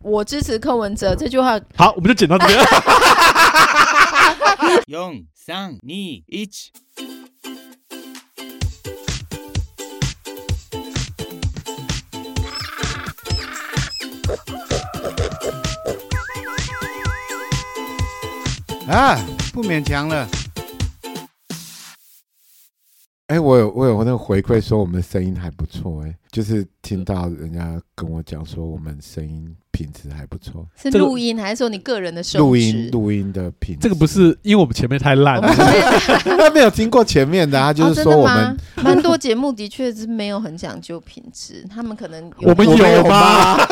我支持柯文嗯哲这句话，好，我们就剪到这边。 四三二一。啊，不勉强了。哎、我有我有那个回馈说我们的声音还不错，哎，就是听到人家跟我讲说我们声音品质还不错，是这个录音还是说你个人的手录指音？录音的品质，这个不是因为我们前面太烂 我了们，这边 他没有听过前面的、啊，他就是说我哦 们、真的吗蛮多节目的确是没有很讲究品质，他们可能有我们我们有有吗？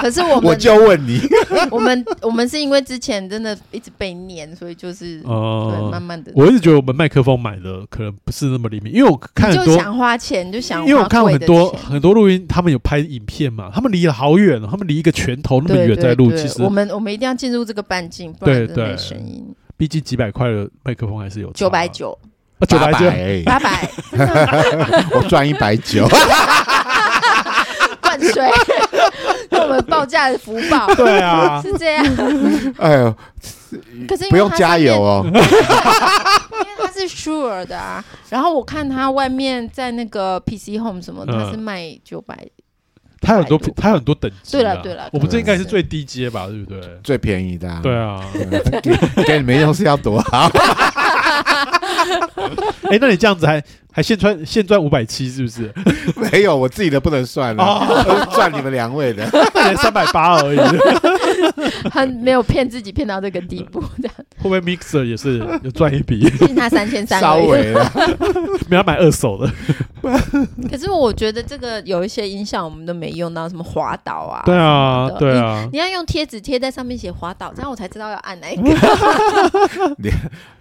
可是我我们就问 你，我们我们是因为之前真的一直被念，所以就是、对慢哦，慢的我一直觉得我们麦克风买的可能不是那么灵敏，因为我看你很就多，想花钱，你就想因为我花看贵很的多钱很多录音，他们有拍影片嘛，他们离得好远哦，他们离一个拳头那么对远对在录，对其实我们我们一定要进入这个半径，不然对真的没对声音。毕竟几百块的麦克风还是有啊九百九，九百九，百，哎八 百，我赚一百九， 灌水， 我们报价的福报。 对啊，是这样，哎呦，可是因为不用它上加面油哦。因为它是 Sure 的啊。然后我看它外面在那个 PC Home 什么，嗯它是卖九百，它有很多百多它有很多等级啊，对啦对嗯啦我们这应该是对最低阶吧，对不对？最便宜的、啊，对啊，嗯，给给你们用是要多好， 哎，那你这样子还还现赚现赚五百七是不是？ 没有我自己的不能算了，哦我是赚你们两位的。才三百八而已，它没有骗自己骗到这个地步嗯的，会不会 mixer 也是有赚一 笔？毕竟它三千三稍微啦，没有买二手的，可是我觉得这个有一些音效我们都没用到，什么滑倒啊，对啊什么的对。啊你，你要用贴纸贴在上面写滑倒，这样我才知道要按哪一 个。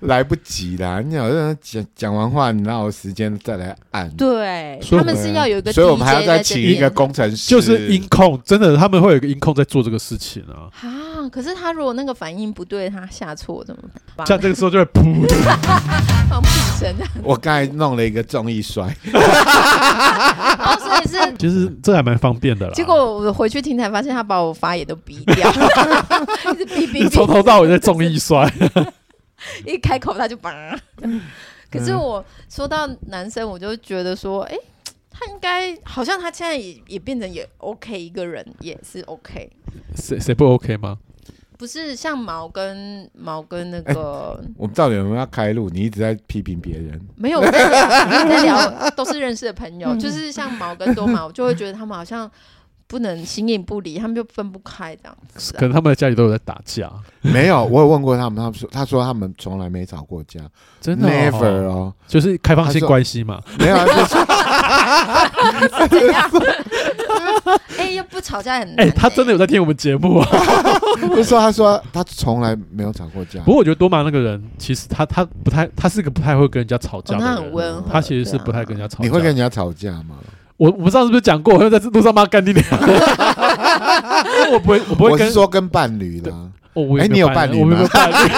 来不及啦！你好像讲讲完话，你哪有时间再来按？对，所以他我们是要有一个 DJ 在这边，啊所以我们还要再请一个工程师，就是音控，真的他们会有一个音控在做这个事情啊。啊。可是他如果那个反应不对，他下错怎么办？像这个时候就会 噗，放屁声 啊！我刚才弄了一个重易摔，然后所以是，其实这还蛮方便的啦。结果我回去听才发现，他把我发言都逼 掉，一直逼逼逼你从，头到尾在中 意摔，一开口他就叭。嗯可是我说到男生，我就觉得说，哎、他应该好像他现在也也变成也 OK 一个人也是 OK，谁谁不 OK 吗？不是像毛跟毛跟那个、哎我们到底有没有要开路？你一直在批评别人， 没有我在聊，在 聊都是认识的朋嗯友，就是像毛跟多毛，我就会觉得他们好像不能形影不离，他们就分不开这样子可啊、能他们的家里都有在打架，没有，我有问过他们，他们说他说他们从来没吵过架真的哦，never 哦，就是开放他性说关系嘛。没有，啊他就说是怎样？哎、又不吵架很难、哎，他真的有在听我们节 目啊。不是说他说他从来没有吵过架不，过我觉得多玛那个人，其实他他不太，他是一个不太会跟人家吵架哦的他人。很温和他其实是对啊不太跟人家吵架。你会跟人家吵架吗？我我们上次不是讲过，我会在路上骂干你 娘。我不会，我不会我跟是。说跟伴侣啦，哦，我哎也你没有伴伴侣我没吗有伴 侣，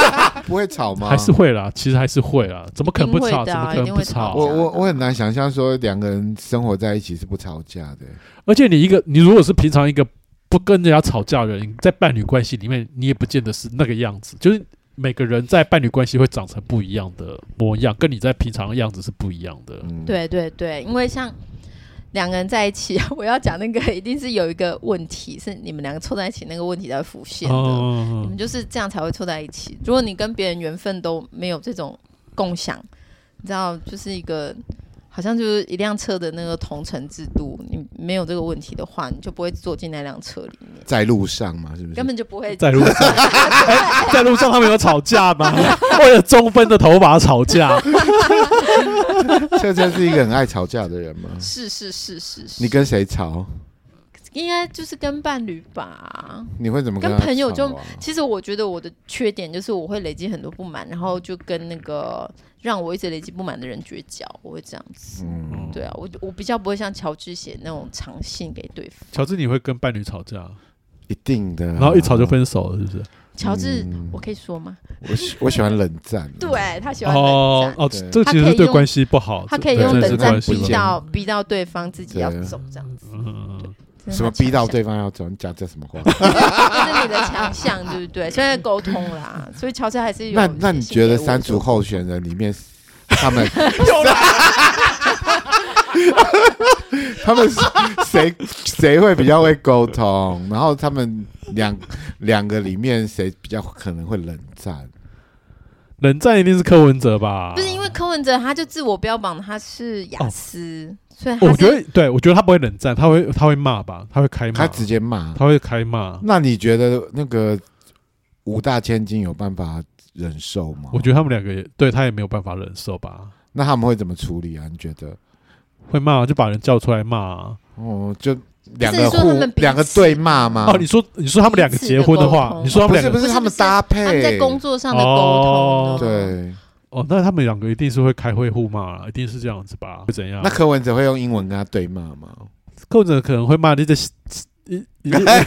不会吵吗？还是会啦，其实还是会啦，怎么可能不一定吵？会的怎啊么可能不一定吵会我吵？我我很难想象说两个人生活在一起是不吵架的。而且你一个，你如果是平常一个不跟人家吵架的人，你在伴侣关系里面，你也不见得是那个样子，就是。每个人在伴侣关系会长成不一样的模样，跟你在平常的样子是不一样的。嗯，对对对，因为像两个人在一起， 我要讲那个一定是有一个问题，是你们两个凑在一起那个问题才会浮现的。你哦们，就是这样才会凑在一起。如果你跟别人缘分都没有这种共享，你知道，就是一个好像就是一辆车的那个同城制度，你没有这个问题的话，你就不会坐进那辆车里面，在路上嘛，是不根是？本就不会。在路上， 哎在路上他们有吵架吗？ 为了中分的头发吵架？ 这真是一个很爱吵架的人吗？是是是是是，你跟谁吵？应该就是跟伴侣吧。你会怎么跟他朋友吵就啊其实我觉得我的缺点就是我会累积很多不满，然后就跟那个让我一直累积不满的人绝交，我会这样子。嗯，对啊，我我比较不会像乔治写那种长信给对方。乔治，你会跟伴侣吵架，一定的啊。然后一吵就分手了，是不是？乔治，嗯我可以说吗？我喜我喜欢冷战，啊对他喜欢冷哦战，哦，对这个其实是对关系不好，他可以这用真的冷是战关系逼不好到逼到对方自己要对走，这样子。嗯，嗯这是什么他的逼到强项对方要走？你讲这什么 话？这是你的强项，对不对？现在沟通啦，所以乔治还是有那写信给我。那你觉得三组候选人 里面，他们 他们谁谁会比较会沟通？然后他们两两个里面谁比较可能会冷战？冷战一定是柯文哲吧？不是因为柯文哲他就自我标榜他是雅思，哦所以他我觉是得，对我觉得他不会冷战，他会他会骂吧，他会开骂他，直接骂。他会开骂。那你觉得那个五大千金有办法忍受吗？我觉得他们两个也对他也没有办法忍受吧，那他们会怎么处理啊？你觉得？会骂就把人叫出来骂啊。哦，就两个你说他互们彼此两个对骂吗？哦，你说你说他们两个结婚彼此的的沟话，通你说他不们是两不不个是是他们不是搭他配们在工作上的沟哦通，对。哦，那他们两个一定是会开会互骂啦，一定是这样子吧？会怎样那？柯文哲会用英文跟他对骂吗？ 柯文哲可能会骂你这一一哔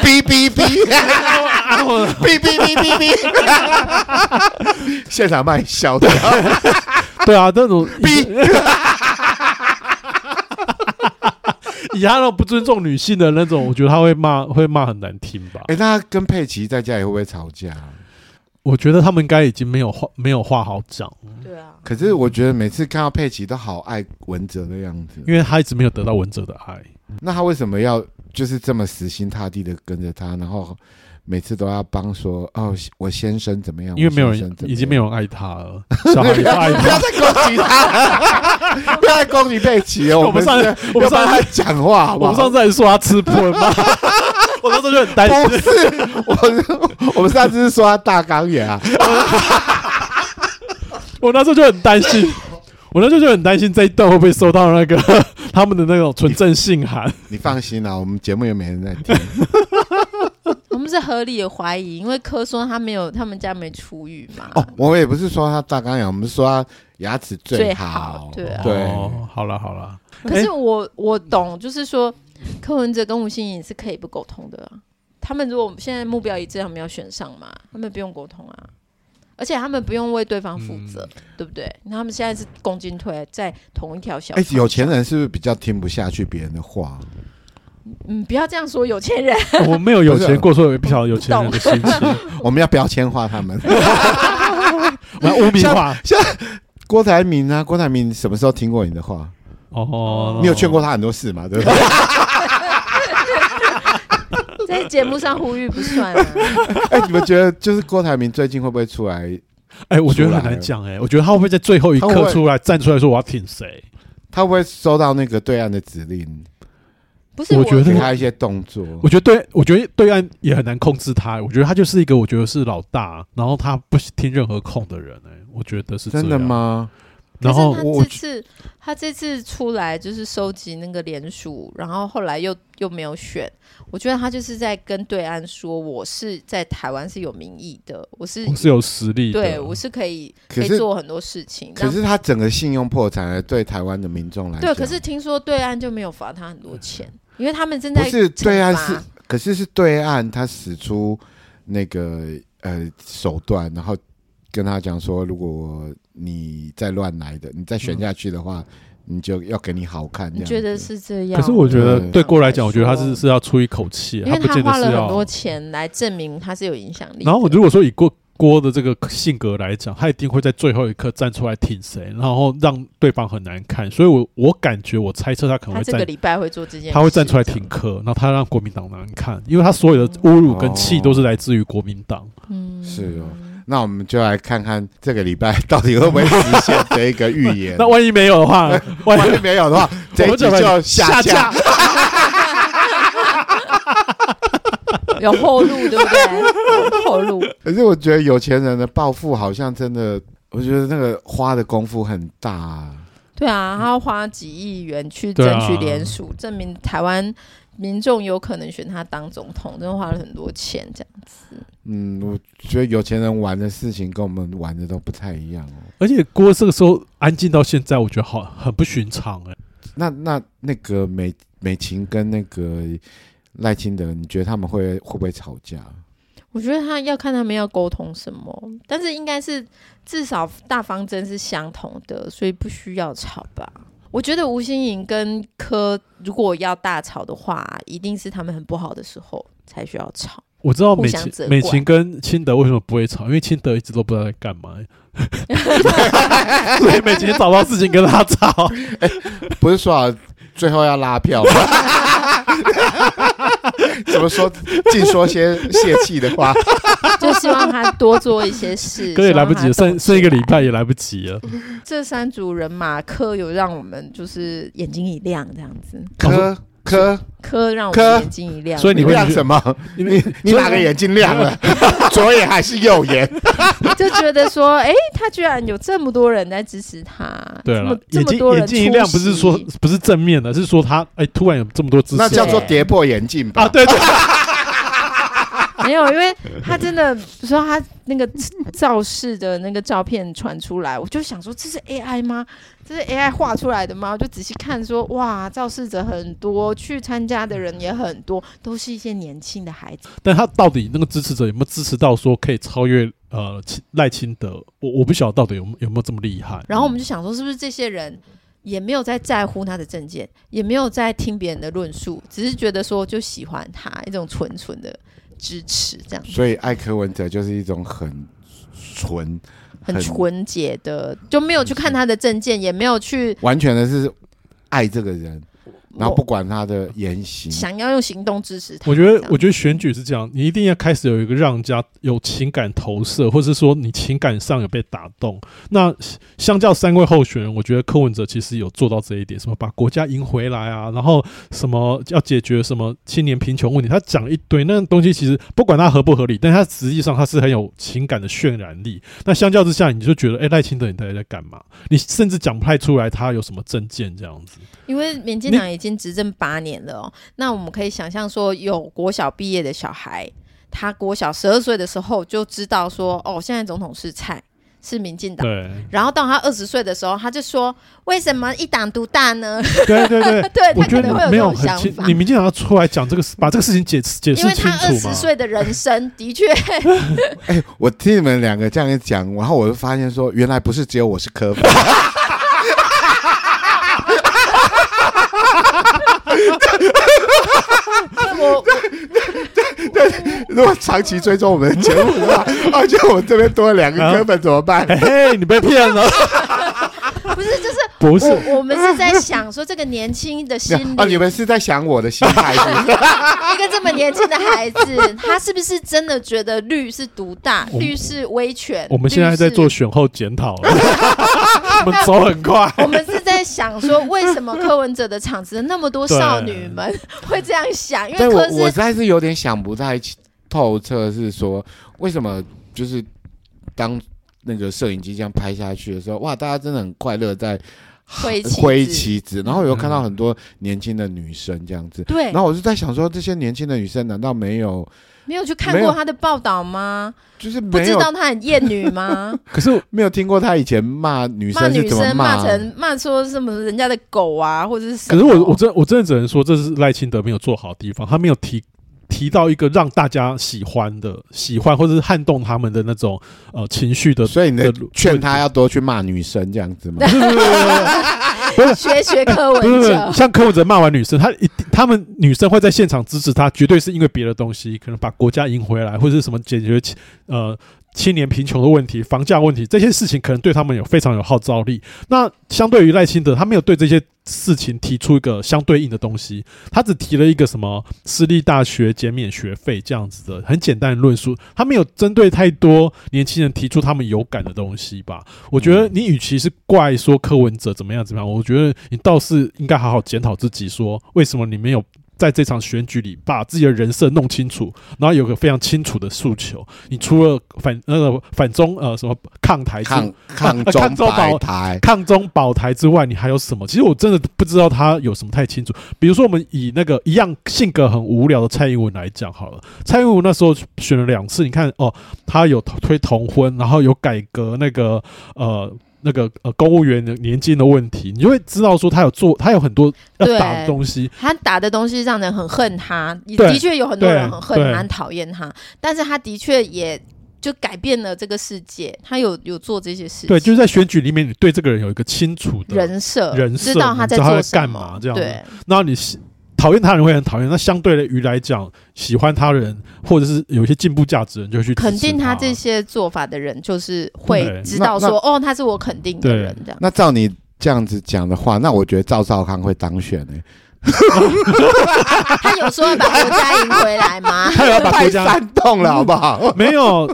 哔哔， 哔哔哔哔哔，现场把你笑的。 对啊，那种逼以他那种不尊重女性的那种，我觉得他会骂，会骂很难听吧。哎，那他跟佩奇在家里会不会吵架？我觉得他们应该已经没有话，没有话好讲， 对啊，可是我觉得每次看到佩奇都好爱文哲的样子，因为他一直没有得到文哲的哎爱。那他为什么要就是这么死心塌地的跟着他，然后每次都要帮说哦，我先生怎么样？因为没有我先生人，怎么样已经没有人爱他了，小孩也不爱 不要他。 再攻击他，不要再攻击佩奇了。我们们上是我们要帮上他讲话，好不我好们？上次还说他吃破 吗？我当时就很担心。不是，我我们 上次是说他大纲眼啊，我那时候就很担心，我那时候就很担心这一段会不会收到那个 他们的那种纯正信函。你放心啊啦，我们节目也没人在听。我们是合理的怀疑，因为柯说他没有，他们家没出狱嘛。哦，我也不是说他大纲眼，我们是说他牙齿最好哎好，对啊对哦好了好了，可是我我懂，就是说柯文哲跟吴欣颖是可以不沟通的啊、他们如果现在目标一致，他们要选上嘛，他们不用沟通啊，而且他们不用为对方负责，嗯对不对？那他们现在是共进退，在同一条小哎船，上有钱，人是不是比较听不下去别人的话？嗯，不要这样说有钱人，我没有有钱过，所以我也不晓得有钱人的心情。我们要标签化他们。 我要污名化。郭台铭啊，郭台铭什么时候听过你的话？哦，你有劝过他很多事嘛？对不对？ 在节目上呼吁不算啊。哎，你们觉得就是郭台铭最近会不会出来？哎、我觉得很出来难讲哎、我觉得他会不会在最后一他会不嗯刻会出来站出来说我要挺谁？他会不会收到那个对岸的指令，不是我我觉得给他一些动作？我觉得对，我觉得对岸也很难控制他、我觉得他就是一个我觉得是老大，然后他不听任何控的人哎、我觉得是这真的样？吗？然后可是我他这次他这次出来就是收集那个联署，然后后来又又没有选，我觉得他就是在跟对岸说，我是在台湾是有民意的，我是哦我是有实力的，对我是可以可可以是做很多事情。可让是他整个信用破产了，对台湾的民众来对，讲，可是听说对岸就没有罚他很多钱，因为他们正不在是惩对岸罚是，可是是对岸他使出那个呃手段，然后跟他讲说，如果你再乱来的，你嗯再选下去的话，你就要给你好看。你这觉样得子？是这样？可是我觉得嗯对郭来讲，我觉得他来是说是要出一口气，啊因为不他见得花了是很多要。钱来证明他是有影响力的。然后如果说以郭郭的这个性格来讲，他一定会在最后一刻站出来挺谁，然后让对方很难看。所以我我感觉我猜测他可能他会这个站，礼拜会做这件事，他会站出来这样挺柯，然后他让国民党难看，因为他所有的侮辱哦跟气都是来自于国民党。嗯，是哦 那我们就来看看这个礼拜到底会不会实现这一个预言。 那万一没有的话，万万一一没有的话，这一集就下架。。有后路，对不 对？后路，可是我觉得有钱人的暴富好像真的，我觉得那个花的功夫很大啊、对啊，他要花几亿元去对啊争取联署，证明台湾民众有可能选他当总统，真的花了很多钱这样子。嗯，我觉得有钱人玩的事情跟我们玩的都不太一样哦。而且郭这个时候安静到现在，我觉得好很不寻常哎、那那那个美美琴跟那个赖清德，你觉得他们会会不会吵架？我觉得他要看他们要沟通什么，但是应该是至少大方针是相同的，所以不需要吵吧。我觉得吴欣颖跟柯如果要大吵的话，一定是他们很不好的时候才需要吵。我知道美互相责怪琴美琴跟清德为什么不会吵，因为清德一直都不知道在干嘛、 所以美琴找到事情跟 他吵。不是说好最后要拉票吗？ 怎么说？尽说些泄气的话。哦就希望他多做一些 事，哥也来不及了，希望他剩动剩一个起来礼拜也来不及了。这三组人马，柯有让我们就是眼睛一亮这样子，科科，柯让我柯们眼睛一亮，所以你会亮什么？因你为你哪个眼睛亮 了？左眼还是右眼？就觉得说，哎、他居然有这么多人在支持他，对这了么，这眼么睛多人眼出睛席，一亮，不是说不是正面的，是说他哎、突然有这么多支持者，那叫做跌破眼镜吧。啊，对对，没有，因为他真的说他那个造势的那个照片传出来，我就想说这是 AI 吗？这是 AI 画出来的吗？我就仔细看说，哇，造势者很多，去参加的人也很多，都是一些年轻的孩子。但他到底那个支持者有没有支持到说可以超越呃清赖清德？我我不晓得到底有没有有没有这么厉害。然后我们就想说，是不是这些人也没有在在乎他的证件，也没有在听别人的论述，只是觉得说就喜欢他一种纯纯的支持，这样所以艾柯文哲就是一种很纯、很纯洁的，就没有去看他的证件，也没有去完全的是爱这个人，然后不我管他的言行。想要用行动支持他。我觉这得，样我觉得选举是这样，你一定要开始有一个让人家有情感投射，或是说你情感上有被打动。那相较三位候选人，我觉得柯文哲其实有做到这一点，什么把国家赢回来啊，然后什么要解决什么青年贫穷问题，他讲一堆那东西，其实不管它合不合理，但他实际上他是很有情感的渲染力。那相较之下，你就觉得，哎、赖清德你到底在干嘛？你甚至讲不太出来他有什么证件这样子。因为民进党已经执政八年了、哦，那我们可以想象说，有国小毕业的小孩，他国小十二岁的时候就知道说，哦，现在总统是蔡，是民进党。对，然后到他二十岁的时候，他就说：“为什么一党独大呢？”。对对对对 我他觉可能会得没有这种很想清法，你。民进党要出来讲这个事，把这个事情解解因释为清他二楚十嘛。岁的人生的确，哎、我听你们两个这样一讲，然后我就发现说，原来不是只有我是 柯粉。我如果长期追踪我们的节目的话，而且我们这边多了两个柯粉怎么办？ 嘿嘿，哎你被骗了，不是就是不是？ 我我们是在想说这个年轻的心啊，理你，们是在想我的心态是不是？啊一个这么年轻的孩子，他是不是真的觉得绿是独大，我绿是威权？我们现在在做绿是。选后检讨 了， 我们走很快。我们是在想说，为什么柯文哲的场子那么多少女们 会这样想？因为但我柯我实是在是有点想不太透彻，是说为什么就是当那个摄影机这样拍下去的时候，哇，大家真的很快乐在挥旗挥子旗子，然后有看嗯到很多年轻的女生这样子。对然，后我就在想说，这些年轻的女生难道没有，没有去看没有过他的报道吗？就是不没知有道他很厌女吗？可是没有听过她以前骂女骂生是女怎么生骂的成骂说什么人家的狗啊，或者是什可么是我我真我真的只能说，这是赖清德没有做好的地方，他没有提提到一个让大家喜欢的、喜欢或者是撼动他们的那种呃情绪的。所以你的劝她要多去骂女生这样子 吗？学学柯不是文不是，哲，像柯文哲骂完女生，他一定他们女生会在现场支持他，绝对是因为别的东西，可能把国家赢回来，或者是什么解决青呃青年贫穷的问题、房价问题这些事情，可能对他们有非常有号召力。那相对于赖清德，他没有对这些事情提出一个相对应的东西，他只提了一个什么私立大学减免学费这样子的很简单的论述，他没有针对太多年轻人提出他们有感的东西吧。我觉得你与其是怪说柯文哲怎么样怎么样，我觉得你倒是应该好好检讨自己，说为什么你没有在这场选举里把自己的人设弄清楚，然后有个非常清楚的诉求。你除了反那个、反中呃什么抗台之 抗抗呃中抗中白保台，抗中保台之外，你还有什么？其实我真的不知道他有什么太清楚。比如说，我们以那个一样性格很无聊的蔡英文来讲好了，蔡英文那时候选了两次，你看哦，他有推同婚，然后有改革那个呃。那个呃，公务员的年金的问题，你就会知道说他有做，他有很多要打的对东西。他打的东西让人很恨他，也对的确有很多人对很恨对他、很讨厌他，但是他的确也就改变了这个世界，他有有做这些事情，对，就是在选举里面，你对这个人有一个清楚的人设，人设知道他在你知道做他在干什么嘛这样子对，那你喜讨厌他的人会很讨厌，那相对的于来讲，喜欢他的人或者是有一些进步价值的人就会去支持肯定他他这些做法的人，就是会对知道那说，哦，他是我肯定的人，这样。那照你这样子讲的话，那我觉得赵少康会当选欸诶、他有说要把国家赢回来吗？ 他有要把国太家嗯煽动了，好不好？没 有，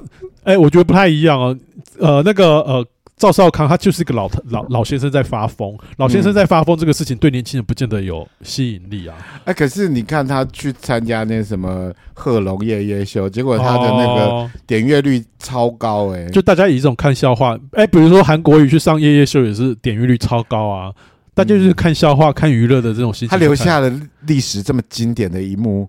哎、我觉得不太一样哦。呃，那个呃，赵少康他就是一个老老老先生在发疯，老先生在发疯这个事情对年轻人不见得有吸引力啊。哎，可是你看他去参加那什么贺龙夜夜秀，结果他的那个哦点阅率超高哎诶、就大家以一种看笑话，哎、比如说韩国瑜去上夜夜秀也是点阅率超高啊。大家就是看笑话、看娱乐的这种心情。他留下了历史这么经典的 一幕。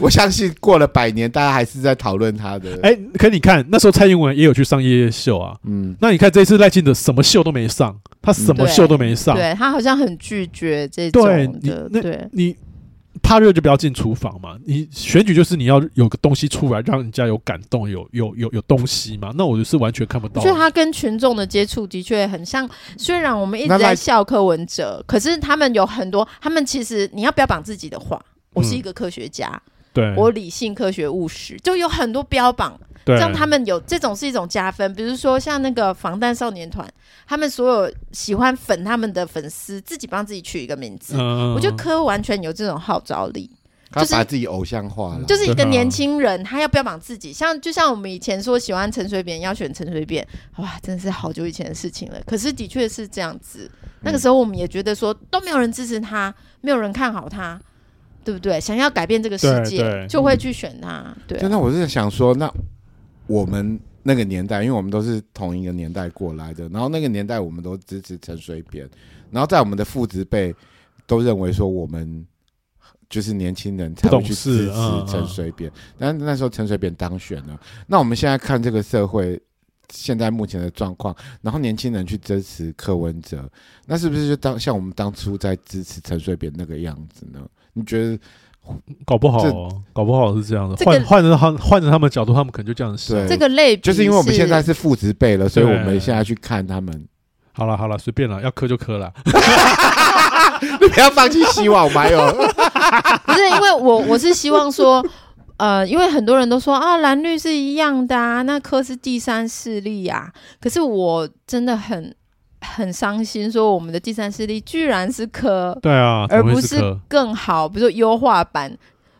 我相信过了百年，大家还是在讨论他的。哎、可你看那时候蔡英文也有去上夜夜秀啊，嗯，那你看这次赖清德什么秀都没上，他什么秀都没嗯上。对他好像很拒绝这种对你的，那对你怕热就不要进厨房嘛。你选举就是你要有个东西出来，让人家有感动，有有有有东西嘛。那我就是完全看不我到觉。得他跟群众的接触的确很像。虽然我们一那直在赖笑柯文哲，可是他们有很多，他们其实你要标榜自己的话，我是嗯一个科学家，对，我理性、科学、务实，就有很多标榜，对让他们有这种是一种加分。比如说像那个防弹少年团，他们所有喜欢粉他们的粉丝，自己帮自己取一个名字。嗯我觉得柯完全有这种号召力。他就是把自己偶像化了。就是一对个啊年轻人，他要标榜自己，像就像我们以前说喜欢陈水扁，要选陈水扁，哇，真是好久以前的事情了。可是的确是这样子，那个时候我们也觉得说都没有人支持他，没有人看好他，对不对？想要改变这个世对对界，就会去选他。对就啊，那我是想说，那我们那个年代，因为我们都是同一个年代过来的，然后那个年代我们都支持陈水扁，然后在我们的父子辈都认为说我们就是年轻人才不会懂去事支嗯持陈水扁，但那时候陈水扁当选了，那我们现在看这个社会。现在目前的状况，然后年轻人去支持柯文哲，那是不是就当像我们当初在支持陈水扁那个样子呢？你觉得搞不好这哦，搞不好是这样的。这个换换着他换着他们的角度，他们可能就这样想。对这个类比就是因为我们现在是父职辈了，所以我对们现在去看他们， 好了好了，随便了，要磕就磕了。你不要放弃希望，我们 还有不是因为我我是希望说，呃，因为很多人都说啊，蓝绿是一样的啊，那科是第三势力啊。可是我真的很很伤心，说我们的第三势力居然是科，对啊，而怎么不会是磕？更好，比如说优化版。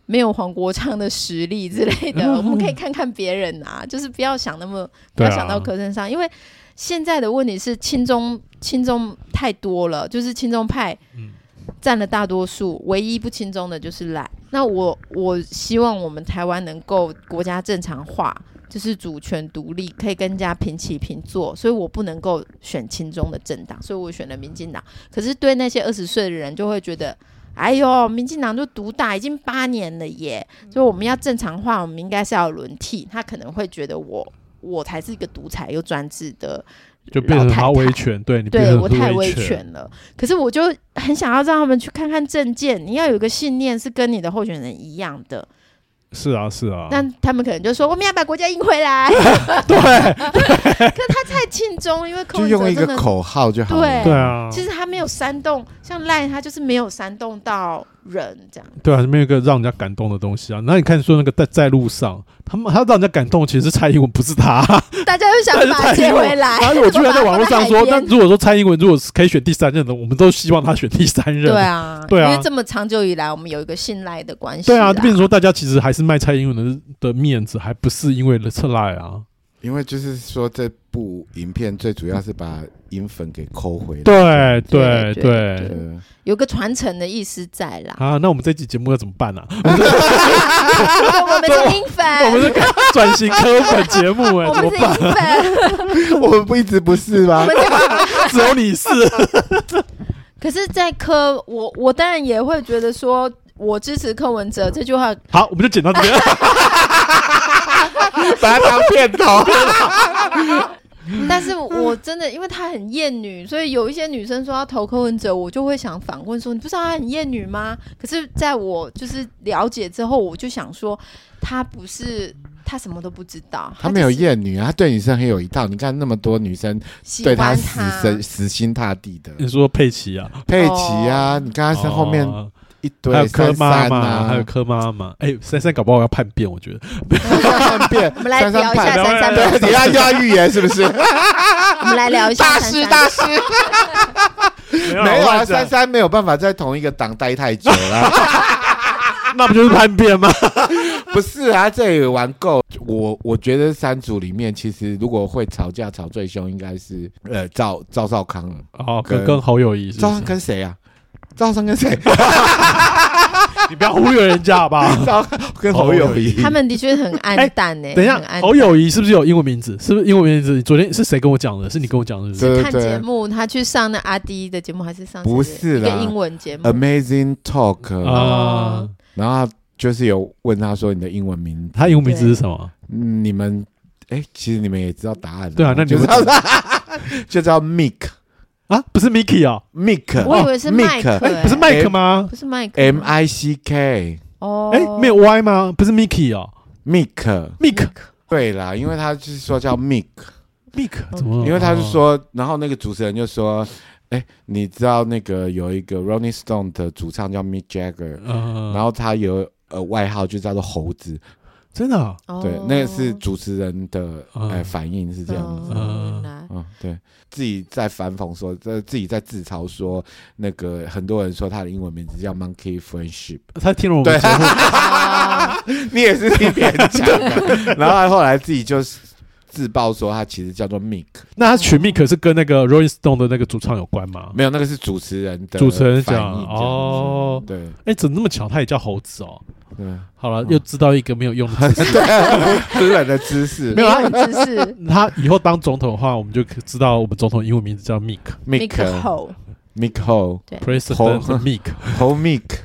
没有黄国昌的实力之类的， 我们可以看看别人啊，就是不要想那么不对要啊想到柯身上，因为现在的问题是亲中亲中太多了，就是亲中派嗯占了大多数，唯一不亲中的就是赖。那我我希望我们台湾能够国家正常化，就是主权独立，可以跟人家平起平坐，所以我不能够选亲中的政党，所以我选了民进党。可是对那些二十岁的人就会觉得。哎呦，民进党就独大已经八年了耶，所以我们要正常化，我们应该是要轮替。他可能会觉得我我才是一个独裁又专制的就变成老太他太威权，对你变对成我太威威权了。可是我就很想要让他们去看看证件，你要有个信念是跟你的候选人一样的，是啊是啊，那他们可能就说我们要把国家赢回 来。对，可是他太轻中，因 为柯就文用哲一真个啊的，口号就好了。对啊，其实他没有煽动，像赖他就是没有煽动到人这样。对啊，没有一个让人家感动的东西啊。那你看说那个在在路上，他们他让人家感动，其实是蔡英文不是他，大家又想但是把蔡它接英回文。 来。然后我居然在网络上说，哎把它放在海边那如果说蔡英文如果是可以选第三任的，我们都希望他选第三任。对啊，对啊因为这么长久以来，我们有一个信赖的关系啦。对啊，就变成说大家其实还是卖蔡英文的的面子，还不是因为了赖啊。因为就是说这部影片最主要是把银粉给抠回来。对对对对对，呃，有个传承的意思在啦。啊，那我们这期节目要怎么办啊？ 我们是英我粉，们是个转型科粉节目哎、哎 我怎们么是办？英粉， 我们不一直不是我吗？们是。 只有你是，可是，在科我我当然也会觉得说，我支持柯文哲这句话好，我们就剪到 这边。把它当片头。但是我真的，因为她很厌女，所以有一些女生说要投柯文哲，我就会想反问说：“你不知道她很厌女吗？”可是在我就是了解之后，我就想说，她不是她什么都不知道，他没有就是厌女啊，他对女生很有一套。你看那么多女生喜对欢死她神死心塌地的，你说佩奇啊，佩奇哦啊，你看他是后面哦一堆还有柯珊妈珊妈，啊，还 有柯妈妈。哎、珊珊搞不好要叛变，我 觉得。叛变，我们来珊珊聊一下叛珊珊对，你要又要预言是不是？我们来聊一下大珊师珊大师，没有啊，乱讲珊珊没有办法在同一个党待太久了。 那不就是叛变 吗？不是啊，这也玩够。我我觉得三组里面，其实如果会吵架吵最凶，应该是呃赵赵少康了。哦，跟跟跟侯友谊是哦赵不少康是跟谁啊？赵少康 跟谁？你不要忽略人家好不好？赵跟侯友谊。他们的确很哎暗淡呢、 等 一下很暗，哦侯友谊是不是有英文名字？是不是英文名字？昨天是谁跟我讲的？是你跟我讲的，是不是？对看对节对目，他去上那阿迪的节目，还是上不谁的是一个啦英文节目。 Amazing Talk，、啊、哦然后就是有问他说你的英文名，他英文名字是什么？嗯你们哎、其实你们也知道答案了，对啊那你就知们道 就知道 Mick 啊，不是 Mickey 哦， Mick，我以为是麦克、 Mick，哎、欸不是麦克吗？不是麦克 M I C K 哦，哎、没有 Y 吗？不是 Mickey 哦 Mick， ，Mick 对啦，因为他就是说叫 Mick， Mick 怎么？因为他是说，然后那个主持人就说，哎、你知道那个有一个 Rolling Stone 的主唱叫 Mick Jagger，、嗯，然后他有呃外号就叫做猴子，真的哦、哦，对，那个是主持人的嗯呃反应是这样子。哦原来嗯，对自己在反讽说，这自己在自嘲说，那个很多人说他的英文名字叫 Monkey Friendship，他听了我们对节目，啊 你也是听别人讲的，然后他后来自己就是自曝说他其实叫做 Mick，那他取 Mick 是跟那个 Rolling Stone 的那个主唱有关吗？没有那个是主持人的主持人反讲应这样子哦，对哎、怎么那么巧？他也叫猴子哦。对，好了，又知道一个没有用的知识。 很冷的知 识没有啊知 识他以后当总统的话，我们就可以知道我们总统英文名字叫 Mick ，Mick 后 Mick Ho President 猴 Mick。 Ho Mick，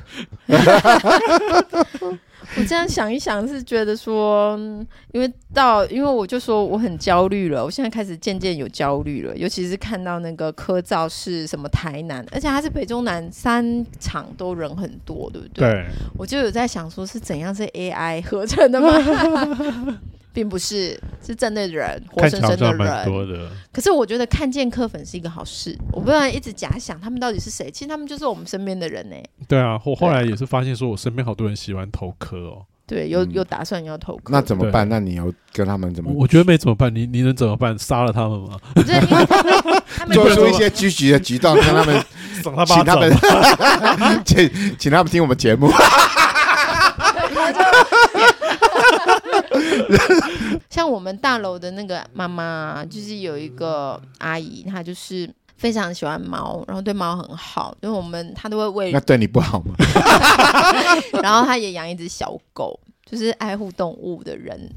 我这样想一想，是觉得说，嗯因为到，因为我就说我很焦虑了，我现在开始渐渐有焦虑了，尤其是看到那个科照是什么台南，而且它是北中南三场都人很多，对不对？对，我就有在想说，是怎样是 AI 合成的吗？ 并不是，是真的人，活看生起来好生的像蛮人。多的。可是我觉得看见科粉是一个好事，我不能一直假想他们到底是谁，其实他们就是我们身边的人呢、欸对啊，我后来也是发现，说我身边好多人喜欢投科哦。对，有嗯有打算要投科，那怎么办？那你有跟他们怎我么我觉得没怎么办，你你能怎么办？杀了他们吗？就是因为他们 他们做就出一些积极的举动，让他们赏 他巴 请他掌 吗。们请 请他们听我们节目，像我们大楼的那个妈妈，就是有一个阿姨，她就是非常喜欢猫，然后对猫很好，就是我们她都会喂那对你不好吗？ 然后他也养一只小狗，就是爱护动物的人。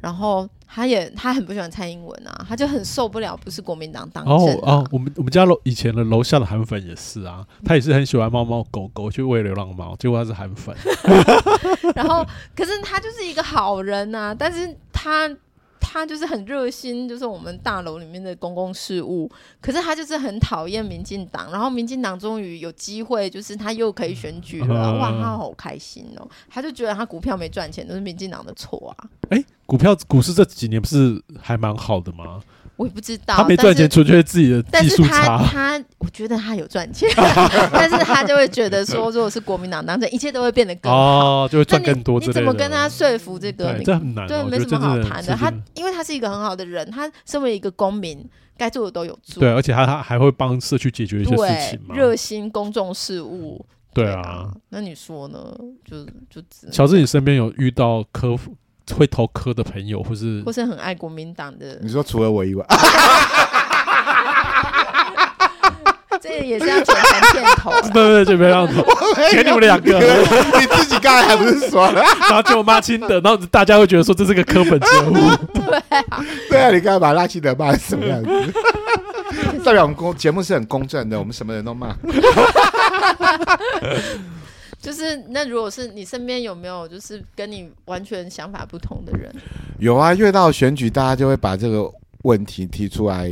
然后他也他很不喜欢蔡英文啊，他就很受不了，不是国民党当哦政、啊哦，我们我们家楼以前的楼下的韩粉也是啊，他也是很喜欢猫猫狗狗，去喂流浪猫，结果他是韩 粉。哦 然后可是他就是一个好人呐、但是他他就是很热心，就是我们大楼里面的公共事务。可是他就是很讨厌民进党，然后民进党终于有机会，就是他又可以选举了啊，嗯哇，他好开心哦！他就觉得他股票没赚钱都是民进党的错啊，哎，股票股市这几年不是还蛮好的吗？我也不知道，他没但是赚钱，纯粹是自己的但技是术他 差。他，我觉得他有赚钱， 但是他就会觉得说，如果是国民党当政，一切都会变得更好。哦，就会那赚你更多之你类的。哦怎么跟他说服这个？对，你这很难哦。对，我没觉什得么好真谈的。是他真的因为他是一个很好的人，他身为一个公民，该做的都有做，对，而且他他还会帮社区解决一些事对情，嘛。热心公众事务。对啊啊，，那你说呢？就就只能乔治，你身边有遇到科会投科的朋友，或是或是很爱国民党 的你，说除了我以外，这也是要钱传片头。啊对对对，没让投，给你们两个， 你自己刚才还不是说了？然后就骂亲的，然后大家会觉得说这是个科本节目， 对啊，你刚才把拉希德骂成什么样 子？代表我们公节目是很公正的，我们什么人都骂。 就是那如果是你身边有没有就是跟你完全想法不同的人？有啊，越到选举，大家就会把这个问题提出来，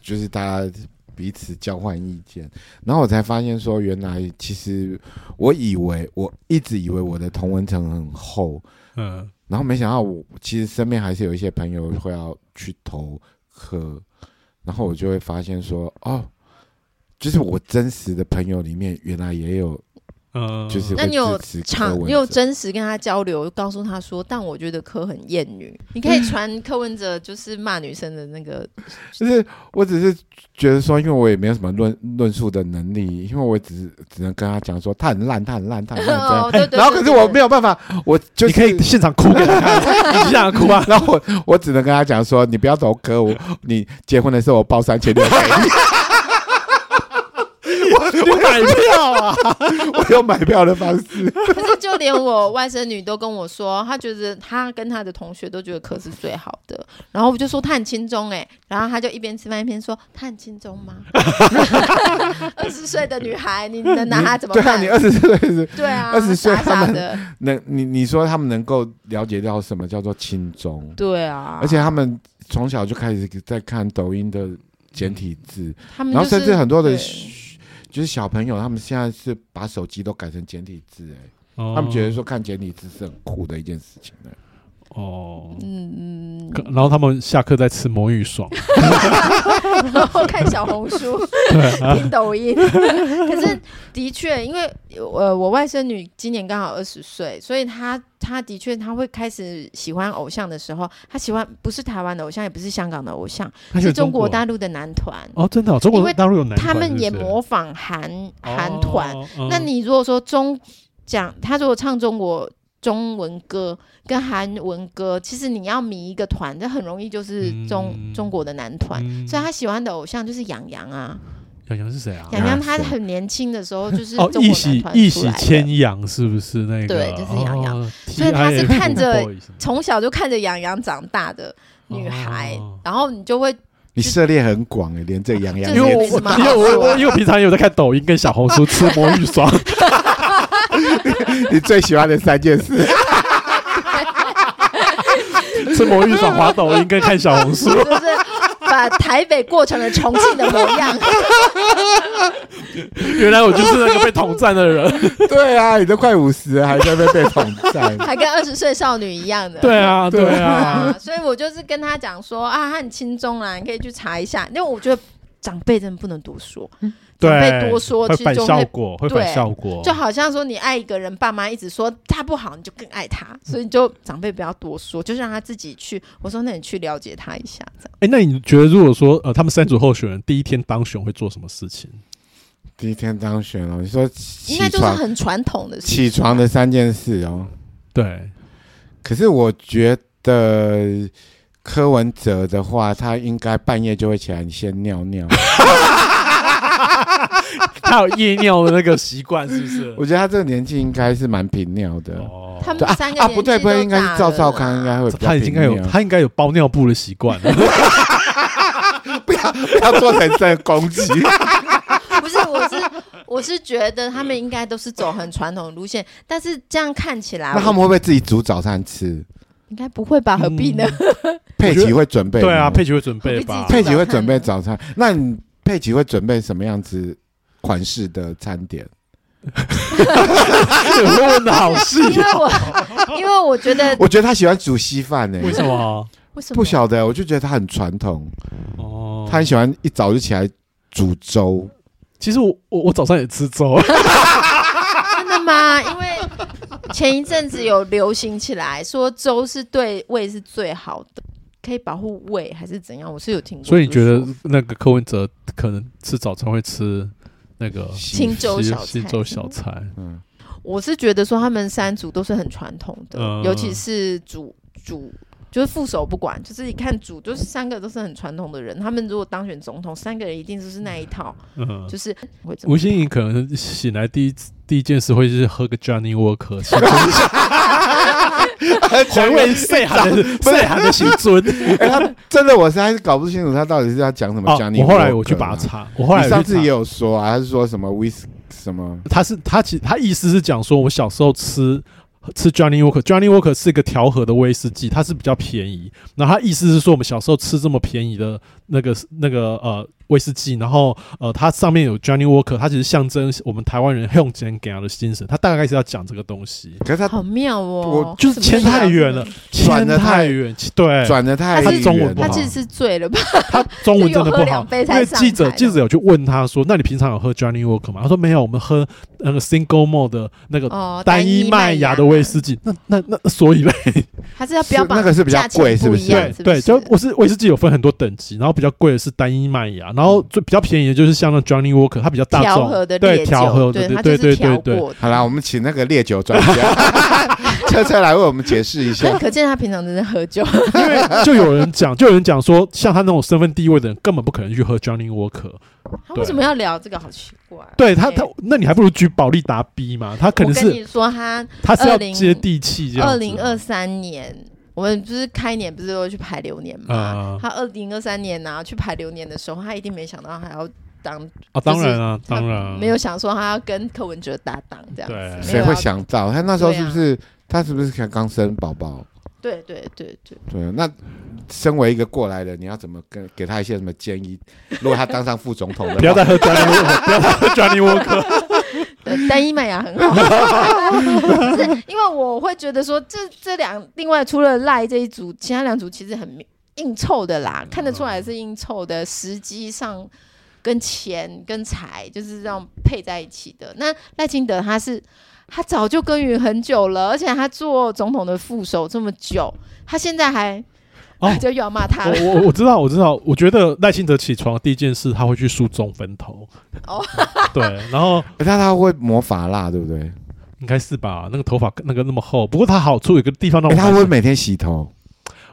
就是大家彼此交换意见。然后我才发现说，原来其实我以为我一直以为我的同文层很厚，嗯，然后没想到我其实身边还是有一些朋友会要去投科，然后我就会发现说，哦，就是我真实的朋友里面，原来也有嗯就是那你有会支持柯常文你有哲真实跟他交流，告诉他说，但我觉得柯很厌女，你嗯可以传柯文哲就是骂女生的那个， 哦就是我只是觉得说，因为我也没有什么论论述的能力，因为我只是只能跟他讲说他很烂，他很烂，他很烂这样。 哦，对对对然后可是我没有，有办法，我就你可以是。，现场哭给 他看，你现场哭啊 然后我我只能跟他讲说，你不要走哥，我你结婚的时候我包三千六给 你，你买 票啊，我用买票的方式。可是就连我外甥女都跟我说，她觉得她跟她的同学都觉得柯是最好的，然后我就说她很轻松哎，然后她就一边吃饭一边说她很轻松吗？ 二十岁的女孩，你能拿她怎么对啊，办？你二十岁是对啊， 20岁傻他傻们的，能你你说他们能够了解到什么叫做轻中，对啊，而且他们从小就开始在看抖音的简体字，嗯他们然后就是甚至很多的对学就是小朋友，他们现在是把手机都改成简体字，哎，他们觉得说看简体字是很酷的一件事情呢。哦，嗯，然后他们下课在吃魔芋爽，然后 看小红书，听抖音。 可是的确，因为呃，我外甥女今年刚好二十岁，所以她她的确她会开始喜欢偶像的时候，她喜欢不是台湾的偶像，也不是香港的偶像，他是选中国国大陆的男团。哦，真的哦，中因国为大陆有男团，他们也是不是模仿韩韩团，哦嗯那你如果说中讲，他如果唱中国中文歌跟韩文歌，其实你要迷一个团，这很容易就是中、嗯中国的男团。嗯所以他喜欢的偶像就是杨洋啊，杨洋是谁啊？杨洋他谁很年轻的时候就是哦中，国一男喜团一出喜来的千阳是不是那个？对就是杨洋哦所以他是 TIF 看着 boys 从小就看着杨洋长大的女孩，哦然后你就会你涉猎很广哎，连这个洋洋就因也为没我什么我好因为我说，我因为我平常也有在看抖音跟小红书吃魔芋爽，你最喜欢的三件事，吃魔芋爽滑抖音跟看小红书 就是把台北过成了重庆的模样。原来我就是那个被统战的人。对啊，你都快五十了，还在被被统战 ，还跟二十岁少女一样的。 对啊，对对啊，啊，所以我就是跟他讲说啊，他很轻松啦，你可以去查一下。因为我觉得长辈真的不能多说，长辈对，多说会其实反就效会。果，会对反效果，就好像说你爱一个人，爸妈一直说他不好，你就更爱他，所以你就长辈不要多说，就是让他自己去。我说那你去了解他一下，这样哎、那你觉得如果说呃，他们三组候选人第一天当选会做什么事情？第一天当选哦了，你说应起该就是床很传统的事情起床的三件事哦。对，可是我觉得柯文哲的话，他应该半夜就会起来先尿尿。 他有夜尿的那个习惯是不是？我觉得他这个年纪应该是蛮频尿的。哦他对们啊三个啊，年纪不对不都对，应该大是赵了少啦康应该会比较他应该有频 尿他应该有包尿布的习惯了。不要做成这个攻 击。 不是，我是我是觉得他们应该都是走很传统的路线，但是这样看起来，那他们会不会自己煮早餐吃？应该不会吧？何必呢？佩奇会准备嗯吗对啊，佩奇会准备我吧自？己佩奇会准备 早餐。那你佩奇会准备什么样子款式的餐点？我问的好 细因为我因为我觉得嗯我觉得他喜欢煮稀饭呢、为什么？为什么不晓得，我就觉得他很传统，哦，他很喜欢一早就起来煮粥。其实我我我早上也 吃粥，真的吗？因为前一阵子有流行起来说粥是对胃是最好的，可以保护胃还是怎样？我是有听过这所以个你说法。觉得那个柯文哲可能吃早餐会吃那 个清粥小菜清粥小菜？嗯，我是觉得说他们三组都是很传统的，嗯尤其是主主就是副手不管，就是你看主就是三个都是很传统的人，他们如果当选总统，三个人一定就是那一套，嗯， 就是会怎么吴欣颖可能醒来第一第一件事会是喝个 Johnny Walker，庆 祝回味岁寒的岁寒的心尊。哎，他真的，我实在是搞不清楚他到底是要讲什么哦讲你。我后来我去把它查，我后来啊你有上去次查也有说啊，他是说什么 whis 什么？他是他其他意思是讲说，我小时候吃吃 Johnny Walker，Johnny Walker 是一个调和的威士忌，它是比较便宜。然后他意思是说，我们小时候吃这么便宜的那个那个呃威士忌，然后呃它上面有 Johnny Walker，它其实象征我们台湾人用钱给他的精神。他大概是要讲这个东西，可是他好妙哦我，就是什么牵太远意了思，牵太远，对，转的太他是哎中远文不他了好。其实是醉了吧？他中文真的有喝 不好两杯，因才为上记者台的记者有去问他说：“那你平常有喝 Johnny Walker 吗？”他说：“没有，我们喝那个 Single Malt 的那个哦，嗯单一麦芽的威士忌，那那那那所以嘞，还是要标榜是那个是比较贵价钱不一样是不 对对对，是就我是威士忌有分很多等级，然后比较贵的是单一麦芽，然后最比较便宜的就是像那 Johnny Walker，它比较大嗯调众和的，烈对酒，调和的，对它对就对是对调对过对，的。好啦，我们请那个烈酒专家 车车来为我们解释 一下但。可见他平常真的喝酒，因为就有人讲，就有人讲说，像他那种身份地位的人，根本不可能去喝 Johnny Walker，他为什么要聊这个？好奇怪。对他他，那你还不如举保利达 B 嘛，他可能我跟是你说，他他是要20接地气这样子，啊二零二三年，我们不是开年不是都会去排流年嘛啊？他二零二三年啊去排流年的时候，他一定没想到还要当，啊，当然啊，他当然没有想说他要跟柯文哲搭档这样对子，没谁有会要？想到他那时候是不是、他是不是刚刚生宝宝？对对对对，对，啊那身为一个过来人，你要怎么跟给他一些什么建议？如果他当上副总统的话，不要再喝 Johnny Walker，不要再喝 Johnny Walker。对，单一麦芽很 好，是因为我会觉得说这这两另外除了赖这一组，其他两组其实很硬凑的啦，看得出嗯来是硬凑的，时机上跟钱跟财就是这样配在一起的。那赖清德他是他早就耕耘很久了，而且他做总统的副手这么久，他现在还。哦就又要骂他了我我我知道，我知道。我觉得赖清德起床第一件事，他会去梳中分头。哦， 对，然后那他会魔法蜡，对不对？应该是吧，那个头发那个那么厚。不过他好处有一个地方让诶我他蛮会喜不会欢，每天洗头。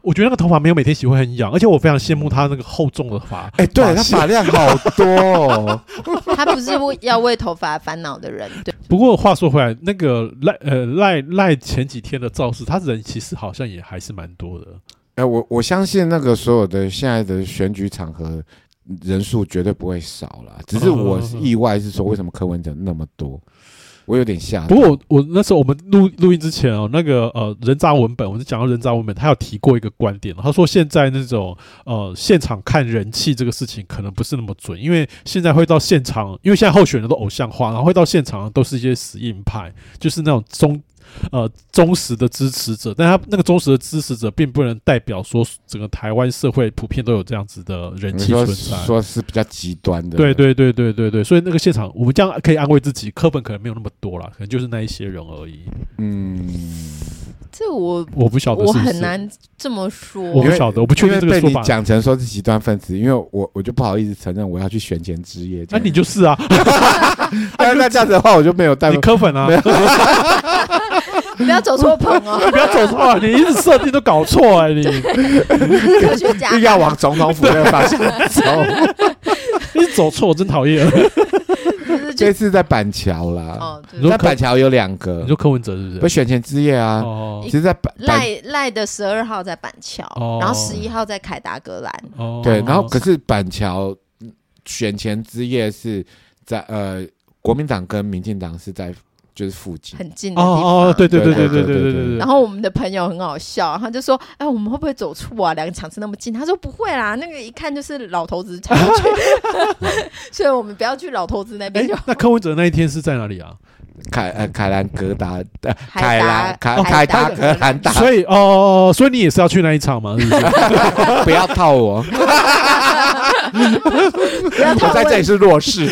我觉得那个头发没有每天洗会很痒，而且我非常羡慕他那个厚重的发。哎、对他发发量好多、哦， 他不是为要为头发烦恼的人，对，不过话说回来，那个赖呃赖赖前几天的造势，他人其实好像也还是蛮多的。哎、我我相信那个所有的现在的选举场合人数绝对不会少啦，只是我是意外是说为什么柯文哲那么多，我有点吓到。不过我我那时候我们录录音之前哦，那个呃人渣文本，我是讲到人渣文本，他有提过一个观点，哦他说现在那种呃现场看人气这个事情可能不是那么准，因为现在会到现场，因为现在候选人都偶像化，然后会到现场都是一些死硬派，就是那种忠呃忠实的支持者，但他那个忠实的支持者并不能代表说整个台湾社会普遍都有这样子的人你气存说在。说是比较极端的，对对对对对对，所以那个现场，我们这样可以安慰自己，柯本可能没有那么多啦，可能就是那一些人而已。嗯，这我我不晓得是我不是很，难这么说。我不晓得，我不确因定为这个被说你法。讲成说是极端分子，因为我我就不好意思承认我要去选前之夜那这样。你就是啊，那那这样子的话，我就没有带你。柯粉啊，不要走错棚 哦，不要走错啊，你一直设定都搞错 哎，你科学家硬要往总统府那个方向 走，一走错，我真讨厌。就是这去次在板桥啦，哦，你说对，在板桥有两个 你，说柯文哲是不不是？选前之夜啊，哦其实在板板赖赖的十二号在板桥，哦然后十一号在凯达格兰，哦，对，然后可是板桥选前之夜是在呃，国民党跟民进党是在就是附近，很近的哦地方。哦，对对对对对对对对对对对哎然对。后我们的朋友很好笑，他就说：“哎，我们会不会走错啊？两个场次那么近？”他说：“不会啦，那个一看就是老头子才会 去， 所以我们不要去老头子那哎边就。，那柯文哲那一天是在哪里啊？凯呃凯兰格达呃海凯达兰凯海凯达达格兰 达，所以哦哦，哦所以你也是要去那一场嘛？是不是？ 不要套我， 不要我探在这问，里是弱势。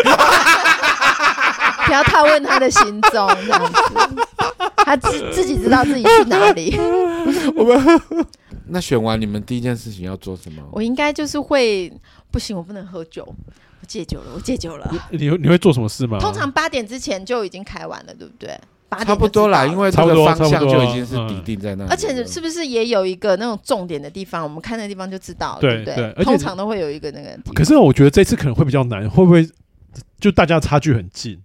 不要探问他的行踪，这样子，他自自己知道自己去哪 里。”那选完你们第一件事情要做什么？我应该就是会不行，我不能喝酒，我戒酒了，我戒酒了。你你会做什么事吗？通常八点之前就已经开完了，对不对？八点嗯差不多啦，因为为这差不个多方差向不多就已经是嗯底定在那里了，而且是不是也有一个那种重点的地方？我们看那地方就知道了，对不对？对而且通常都会有一个那个地方。可是我觉得这次可能会比较难，会不会就大家差距很近？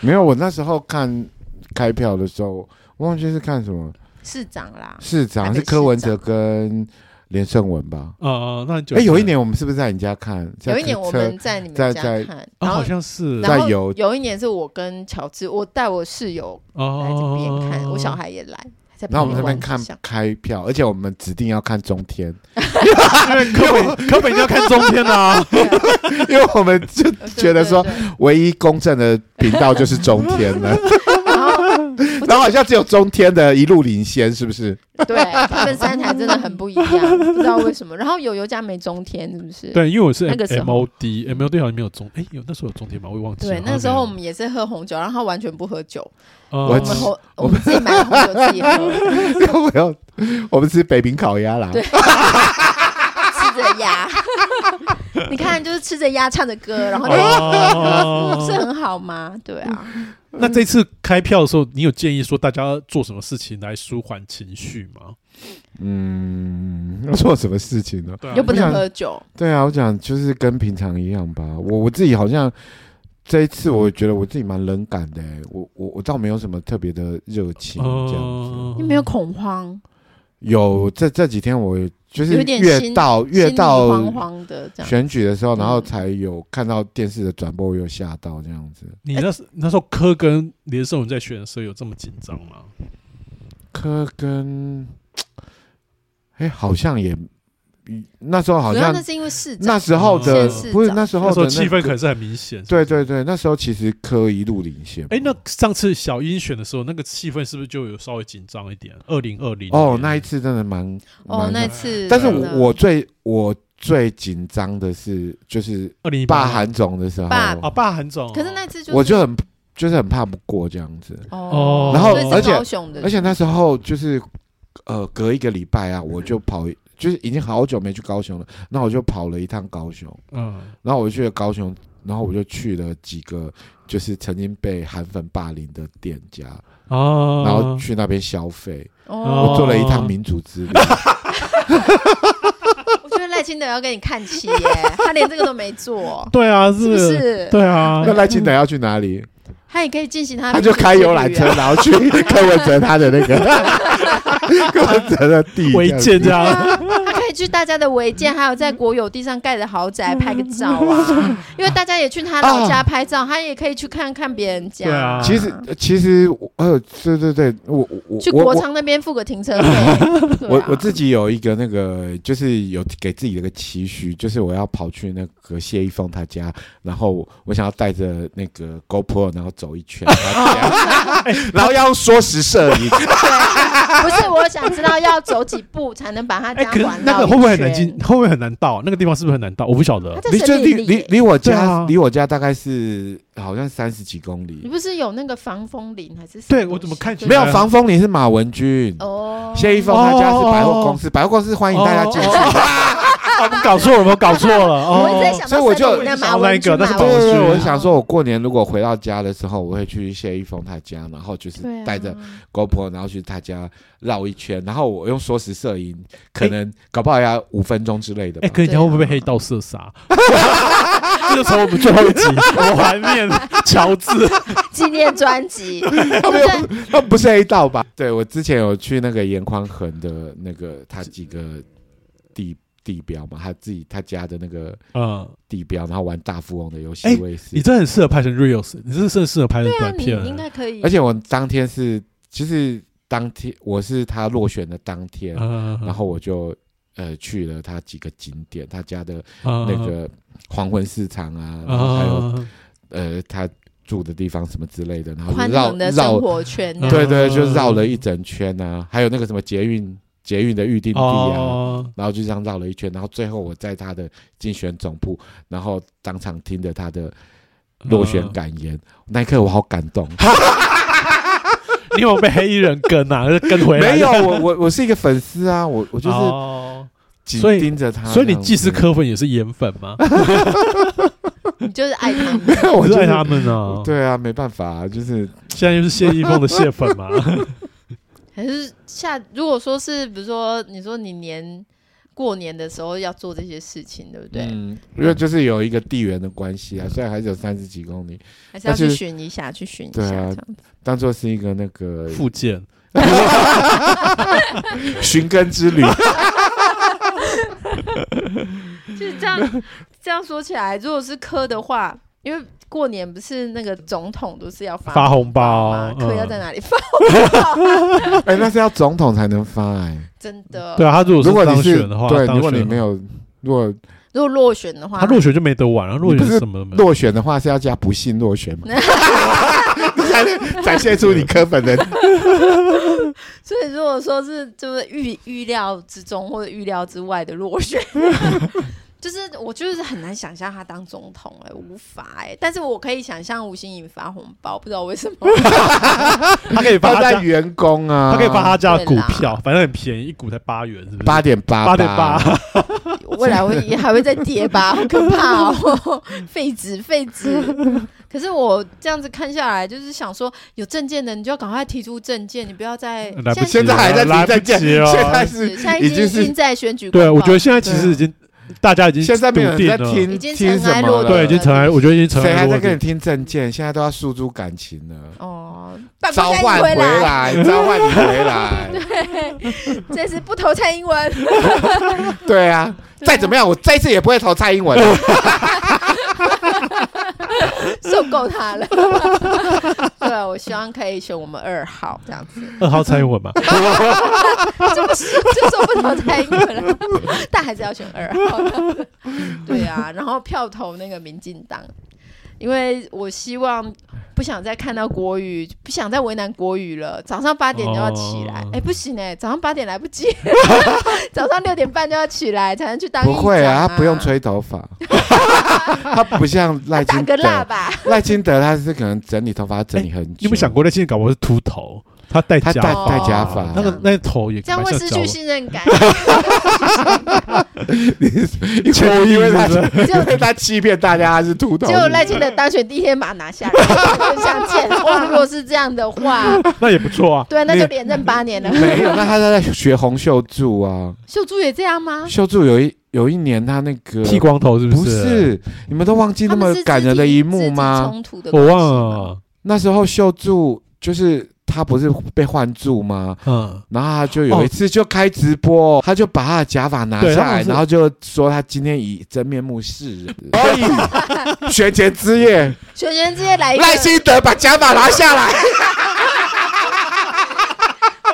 没有，我那时候看开票的时候，我忘记是看什么市长啦，市长台北是柯文哲跟连胜文吧？呃，那就哎，有一年我们是不是在你家看？在有一年车我们在你们在家在哦看，啊，然后好像是在然后游有一年是我跟乔治，我带我室友来这边哦，看， 我小孩也来，在然后我们这边旁看玩一下开票，而且我们指定要看中 天，柯北柯北一定要看中天 啊，对啊因为我们就觉得说 对对对唯一公正的频道就是中天 了，然后然后好像只有中天的一路领先，是 不是？对他们三台真的很不一样，不知道为什么。然后有油家没中天，是不是？对，因为我是那个时候 MOD MOD 好像没有中，哎，有那时候有中天吗？我也忘记了。对，那时候我们也是喝红酒，然后他完全不喝酒，我我我们红我们自己买的红酒自己喝，因为我要我们吃北平烤鸭啦，对吃着鸭。 你看，就是吃着鸭唱着歌，嗯然后就、 哦不是很好吗？对啊，那这次开票的时候，你有建议说大家做什么事情来舒缓情绪吗？嗯，要做什么事情呢？对啊又不能喝酒，对啊，我讲就是跟平常一样吧。我我自己好像这一次，我觉得我自己蛮冷感的欸、我我我倒没有什么特别的热情这样子。嗯又没有恐慌，有这这几天，我就是有点越心到越到心里慌慌的这样。选举的时候，嗯然后才有看到电视的转播，我有吓到这样子。你那时那时候柯跟连胜文在选的时候有这么紧张吗？科跟，哎、好像也那时候好主要像那是因哦为市那长，时候的县市不是长那时候那时的候气那氛个可能是很明显。对对对，那时候其实科一路领先。哎，那上次小英选的时候，那个气氛是不是就有稍微紧张一点？二零二零哦，那一次真的蛮哦蛮，那次，但是真的我我最我最紧张的是，就是二零一罢八韩总的时候，罢啊，罢韩总，可是那次就我就很就是很怕不过这样子。哦，然后所以是而且高雄的而且那时候就是呃，隔一个礼拜啊，嗯我就跑，就是已经好久没去高雄了，那我就跑了一趟高雄，嗯然后我就去了高雄，然后我就去了几个就是曾经被韩粉霸凌的店家，哦，然后去那边消费，哦啊我做了一趟民主之旅。我觉得赖清德要跟你看齐耶，他连这个都没 做，对啊，是不？是？对啊那，赖清德要去哪里？他也可以进行他的他就开游览车，民主之旅啊然后去 柯文哲他的那个 柯文哲的地违这建样子这样，啊他可以去大家的违建，还有在国有地上盖的豪宅拍个照啊， 因为大家也去他老家拍照，他也可以去看看别人家。啊对啊其实，其实我，呃，对对对，我我我去我国我昌那边付个停车费，对啊我我自己有一个那个，就是有给自己的一个期许，就是我要跑去那个谢依凤他家，然后我想要带着那个 GoPro，然后走一 圈，然后这样然后要用缩时摄影，啊不是我想知道要走几步才能把他哎，家可是环绕一圈。那个会不会很难进？会不会很难到？那个地方是不是很难到？我不晓得他。在离就森离林里离耶，离我对家啊离我家大概是好像三十几公你里，不是有那个防风林还是什么东西？对我怎么看起来没有防风林是马文君，啊哦，谢依凤他家是百货公司，百货公司欢迎大家 进去。哦，我们搞错了，我们搞错 了。我一直在哦，想到所以我就森林的马文君我一直想到那个但是马保文对温对区对，啊我想说，我过年如果回到家的时候，我会去谢依凤他家，然后就是对啊带着 GoPro，然后去他家绕一圈，然后我用缩时摄影，可能搞不好要五分钟之类的吧。哎，跟啊人家会不会被黑道射杀？ 这就从我们最后一集，我怀念乔治。纪念专 辑，他没有，他不是黑道吧？对我之前有去那个严宽恒的那个他几个地地标嘛，他自己他家的那个嗯，地标，然后玩大富翁的游哎戏，我也是你。真的很适合拍成 reels，你真的是很适合拍成短啊你片。啊应该可以。而且我当天是，其实当天我是他落选的当天，嗯，然后我就呃去了他几个景点，他家的那那个黄昏市场啊，然后还有啊，呃他住的地方什么之类的，然后宽就绕容的生绕，活圈嗯呢，对对，就绕了一整圈啊，还有那个什么捷运捷运的预定地啊。哦，然后就这样绕了一圈，然后最后我在他的竞选总部，然后当场听着他的落选啊感言，那一刻我好感动。你有没有被黑衣人跟啊？跟回来没有，我我我是一个粉丝啊，我我就是哦紧所以盯着他这样子。所以你既是科粉也是颜粉吗？你就是爱他们。 我我就爱是他们啊！对啊，没办法、啊，就是现在就是谢依峰的蟹粉嘛，还是下如果说是，比如说你说你年过年的时候要做这些事情，对不对？嗯，因为就是有一个地缘的关系啊，虽然还是有三十几公里，还是要但去是寻一下，去寻一下对这啊样子。当做是一个那个复健。寻根 之旅。就是这 样，这样说起来，如果是科的话，因为过年不是那个总统都是要发啊发红包嘛，嗯科要在哪里发？ 哎、那是要总统才能发哎、真的，对啊，他如果如果是你当是选的话，对，当如果选你没有，如果如果落选的话，他落选就没得玩啊，落选你不是什么都没有。落选的话是要加不幸落 选嘛，你才能展现出你科 本的。所以如果说是就是预预料之中或者预料之外的落选，就是我就是很难想象他当总统哎、无法哎、但是我可以想象吴欣颖发红包，不知道为什么。他可以发他他在家，员工啊，他可以发他家的股对啦票，反正很便宜，一股才八元，是不是？八啊点八八点八，，未来会也还会再跌吧，好可怕哦！ 废纸废纸。可是我这样子看下来，就是想说，有证件的你就要赶快提出证件，你不要再来不及现现在还在来提不在建，及了现在是是现在已已经经已是经在选举公对，啊报，我觉得现在其啊实已经大家已经现在没有笃人定在了，听已经听尘埃什落定么了？对，已经尘埃，我觉得已经尘谁埃还落在跟你定。听证件？现在都要诉诸感情了。哦，办召公室唤回回，来，召唤你 回来。这次不投蔡英文， 对啊，再怎么样，我这一次也不会投蔡英文的。受够他了。 对，啊我希望可以选我们二号这样子， 二 号蔡英文嘛，就不是就说不投蔡英文了， 但还是要选二号。 对啊，然后票投那个民进党，因为我希望不想再看到国语，不想再为难国语了。早上八点就要起来，哎、哦不行哎、早上八点来不及， 早上六点半就要起来才能去当、不会啊，啊，他不用，吹头发， 他不像赖打清个蜡德。吧。赖清德他是可能整理头发整理很久，哎你有没有想过那现在搞不好是秃头，他戴他假戴发戴假发那个那头也这样蛮会像失假去发信任感。 过因为他是不是因为他欺骗大家他是秃头，结果赖清德当选第一天把他拿下来， 就想见哇！如果是这样的 话，那也不错啊。对，那就连任八年了。没有，那他在学洪秀柱啊，秀珠也这样吗？秀柱有一有一年他那个剃光头是不是？是，你们都忘记那他么们是感人的一肢幕体吗？冲突的关我系忘吗。了，那时候秀柱就是他不是被换柱吗？嗯，然后他就有一次就开直播，他就把他的假发拿对下他好来，像是然后就说他今天以真面目 示人。所以选前之夜，选贤直接来一个赖希德把假发拿下 来，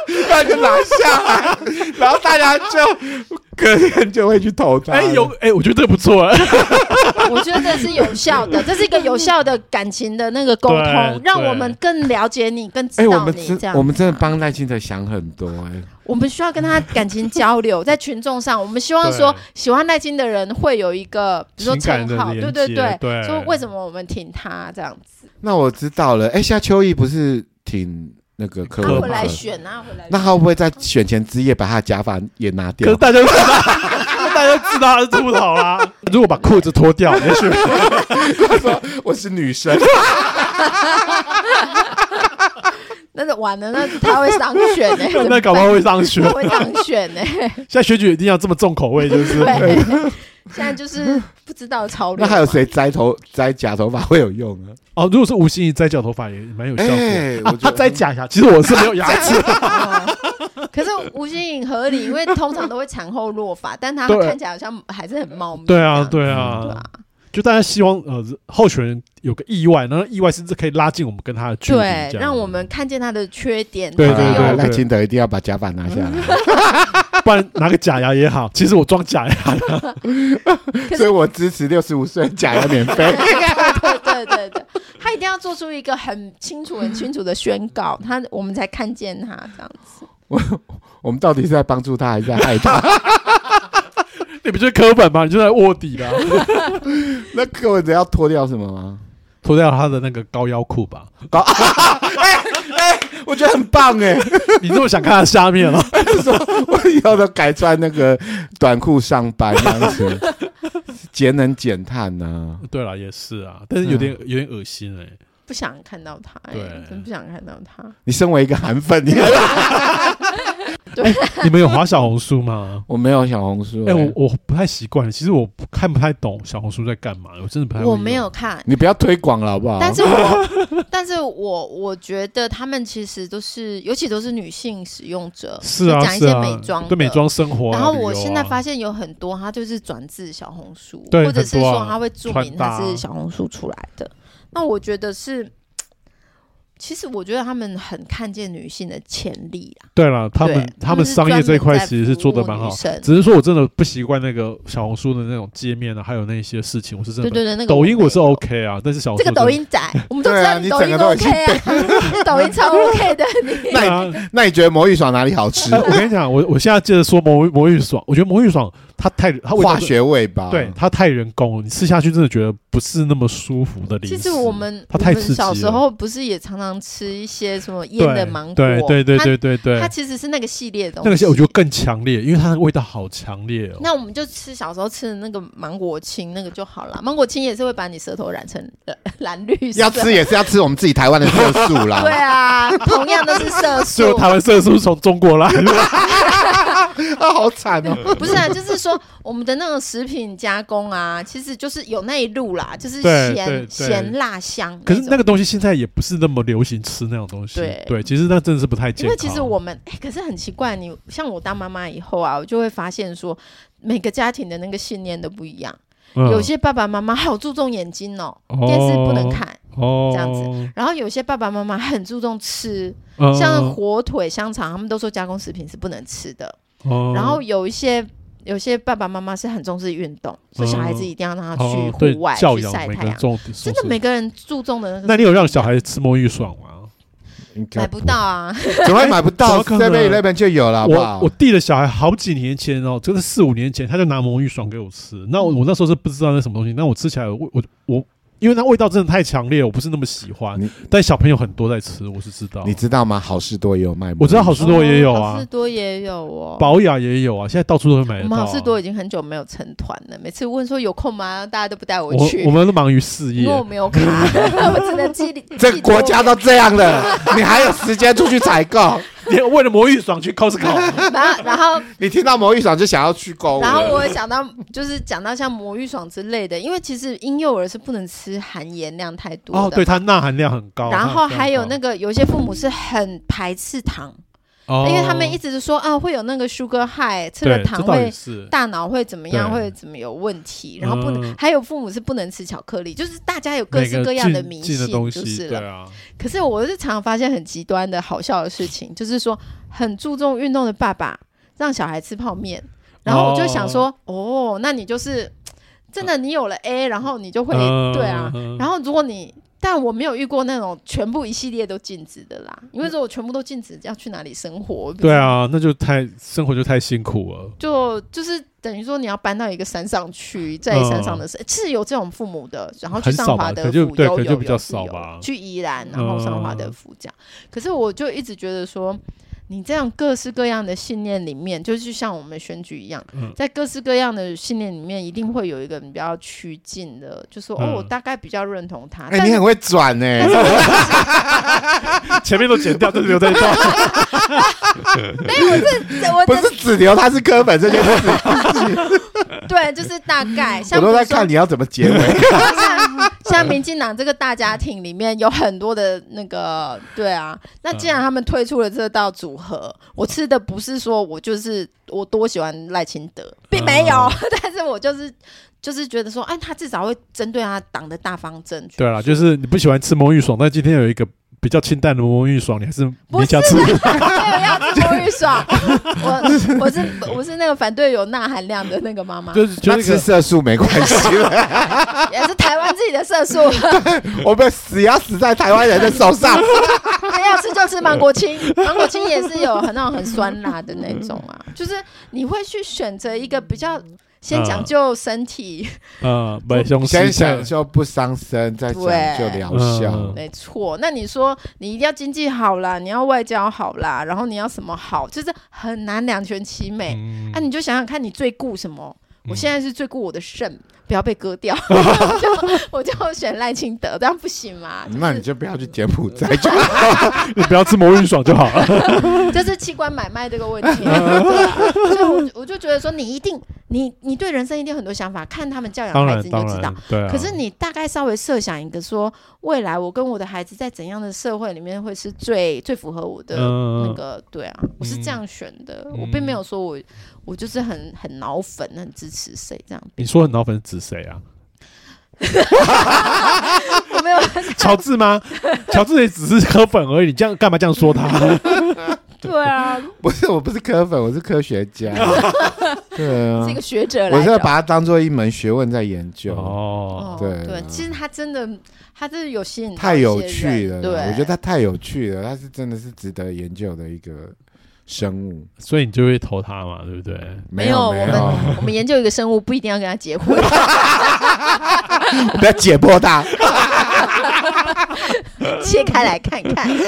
那就拿下来，然后大家就隔天就会去投他。哎有哎，我觉得这不错啊， 我觉得这是有效的，这是一个有效的感情的那个沟对通，让我对们更了解你，更哎，知我道们你这真样。我们真的帮赖清德想很多哎、我们需要跟他感情交流，在群众上，我们希望说对喜欢赖清的人会有一个，比如说情感的称号，对连对接对，对说为什么我们挺他这样子，那我知道了，哎，夏秋意不是挺那个柯他文回来哲选啊，回来那他会不会在选前之夜把他的假发也拿可是掉？大家都知道， 大家都知道他是秃头啦。如果把裤子脱掉，也许，他说我是女生，那就完了，那他会当选呢、欸 那搞不好会上去 他。会当选呢、现在选举一定要这么重口味，就是对，现在就是不知道潮流 那嘛，还有谁摘头摘假头发会有用啊？哦。如果是吴欣怡摘假头发，也蛮有效果。 哎，啊我，他 觉摘得假牙，其实我 是没有牙 齿，哦可是吴欣颖合理，因为通常都会产后落发，但她对看起来好像还是很茂密这对啊样子。对啊对啊，就大家希望呃候选人有个意外，然后意外甚至可以拉近我们跟他的距离，对，这样让我们看见她的缺点。对但是对又啊对赖清德一定要把假发拿下 来，不然拿个假牙也好。其实我装假牙， 可是所以我支持六十五岁假牙免 费。对 对对对，他一定要做出一个很清楚、很清楚的宣告，他我们才看见他这样子。我们到底是在帮助他还是在害 他？你不就是科本吗？你就在卧底啊啦，那柯文哲要脱掉什么吗？ 脱掉他的那个高腰裤吧。我觉得很棒 哎， 你这么想看他下面哦 了？ 我以后都改穿那个短裤上班这样子，节能减碳呢、对了，也是啊，但是有点、有点恶心哎、不想看到他、哎对真不想看到他。你身为一个韩粉，你？你们有划小红书吗 我没有小红书、欸哎、我我不太习惯，其实我不看不太懂小红书在干嘛，我真的不太会我没用有看，你不要推广了好不好？但是 我但是我我觉得他们其实都是，尤其都是女性使用者，是啊就讲一是些啊，美妆、对美。妆生活啊、然后旅游我现在啊发现有很多，他就是转自小红书，对或者是很多啊说他会注明穿搭他啊是小红书出来的。那我觉得是，其实我觉得他们很看见女性的潜力啊。对了，他们对他们商业这一块其实是是做的蛮专好，门在服务女生只是说我真的不习惯那个小红书的那种界面啊，还有那些事情，我是真对的不。对对，那个抖音我是没有 OK 啊，但是小红这个书抖音仔，我们都知对啊道你抖整音个都已经 OK 啊，抖音超 OK 的真你。的对 啊。那你觉得魔芋爽哪里 好吃哎？我跟你讲，我我现在接着说魔芋魔芋爽，我觉得魔芋爽它太它味道化学啊味吧？对它太人工了，你吃下去真的觉得不是那么舒服的零食。其实我们它我太们刺激了小时候不是也常常吃一些什么对腌的芒果？对对对对对它，它对，其实是那个系列的东西。那个些我觉得更强烈，因为它的味道好强烈哦。那我们就吃小时候吃的那个芒果青，那个就好了。芒果青也是会把你舌头染成蓝蓝绿色。要吃也是要吃我们自己台湾的色素 啦。对啊，同样都是色所以素。台湾色素是从 中国来的，啊， 好惨哦！不是啊，就是说我们的那种食品加工啊，其实就是有那一路啦，就是对对咸对咸辣香种。可是那个东西现在也不是那么流行吃那种东西。对其实那真的是不太健因为康。其实我们，哎、可是很奇怪，你像我当妈妈以后啊，我就会发现说，每个家庭的那个信念都不一样。嗯有些爸爸妈妈好注重眼睛哦，哦电视不能看。哦这样子，然后有些爸爸妈妈很注重吃，嗯像火腿、香肠，他们都说加工食品是不能吃的。哦然后有一些。有些爸爸妈妈是很重视运动，所以小孩子一定要让他去哦户对外、教去养晒每太个人阳。重真的每。个人注重的那个，那你有让小孩吃魔芋爽吗？应该买不到啊？怎么会买不怎到么可能？Seven Eleven 就有了，好不我好我？弟的小孩好几年前哦，真的四五年前，他就拿魔芋爽给我吃。那我嗯我那时候是不知道那什么东西，那我吃起来我我我，因为那味道真的太强烈，我不是那么喜欢你。但小朋友很多在吃，我是知道。你知道吗？好事多也有卖魔芋爽，我知道好事多也有啊哦好事多也有哦，保雅也有啊，现在到处都会买我得到们啊、好事多已经很久没有成团了，每次问说有空吗，大家都不带我我去，我们都忙于事业因为。我没有 卡，我只能记里。这国家都这 样了，你还有时间出去采购？你 为了魔芋爽去 Costco，然后然后你听到魔芋爽就想要去购物了，然后我也想到，就是讲到像魔芋爽之类的，因为其实婴幼儿是不能吃含盐量太多的。哦，对，它哦钠含量很高。钠然含后量还有高那个，有一些父母是很排斥糖，哦因为他们一直说啊会有那个 sugar high，吃对了这糖倒也会是大脑会怎么样，对会怎么有问题，然后不能嗯。还有父母是不能吃巧克力，就是大家有各每式个各样的进迷进信的东就西，是对了。啊，可是我是常常发现很极端的好笑的事情， 就是说很注重运动的爸爸让小孩吃泡面，然后我就想说，哦那你就是真的你有了 A，然后你就会、嗯对啊，嗯然后如果你。但我没有遇过那种全部一系列都禁止的啦，因为如果全部都禁止，要去哪里生活？我不知对道，啊，那就太生活就太辛 苦了。就就是等于说你要搬到一个山上去，在山上的生，其实有这种父母的，然后去嗯很上少吧华德可福，就有对有可就有比较是有少吧嗯去宜兰，然后上华德福这样。可是我就一直觉得说，你这样各式各样的信念里面，就是像我们选举一样，嗯在各式各样的信念里面，一定会有一个你比较趋近的，就说、嗯哦，我大概比较认同他，哎，但你是很会转呢。前面都剪掉，就留在一 段。我不真是只留他是科本这件事， 对，就是大概，像我比如都在说看你要怎么结尾。像像民进党这个大家庭里面有很多的那个，对啊，那既然他们推出了这道组合，我吃的不是说我就是我多喜欢赖清德，并没有，嗯 但是我就是就是觉得说，哎，他至少会针对他党的大方针去。对啦，就是你不喜欢吃魔芋爽，但今天有一个比较清淡的魔芋爽，你还是不勉是啊， 强吃没。有要吃魔芋爽，我我是我是那个反对有钠含量的那个妈妈， 就是就他是吃一个色素没关系 了，也是台湾自己的色素，我们死也要死在台湾人的手 上。哎要吃就吃芒果青，芒果青也是有很那种很酸辣的那种啊，就是你会去选择一个比较先讲究身体，呃，买凶先吃享受不伤身，再享受疗效嗯。没错。那你说你一定要经济好啦，你要外交好啦，然后你要什么好，就是很难两全其美。嗯啊，你就想想看你最顾什么。我嗯现在是最顾我的肾，不要被割掉，我就我就选赖清德，这样不行吗？那你就不要去柬埔寨， 就你 不要吃魔芋爽就好了。就是器官买卖这个问题，对啊所以我我就觉得说，你一定，你你对人生一定有很多想法，看他们教养当孩 然子你就当知道然。，对啊。可是你大概稍微设想一个说，未来我跟我的孩子在怎样的社会里面会是最最符合我的嗯那个？对啊，我是这样选的，我并没有说我我就是很很脑粉，很支持谁这样，你说很脑粉是指谁啊？我没有，乔 治吗？乔治也只是喝粉而已，你这样干嘛这样说他？对啊，不是我不是科粉，我是科学家。对啊 是一，个学者我来是的要。把它当做一门学问在研究，哦哦，对对啊，其实他真的，他真的有吸引到太一些有趣了人啦。对，我觉得它太有趣了，它是真的是值得研究的一个生物。所以你就会投他嘛，对不对？没有没我 们我们研究一个生物，不一定要跟他结婚， 我不要解剖它。切开来看 看。对，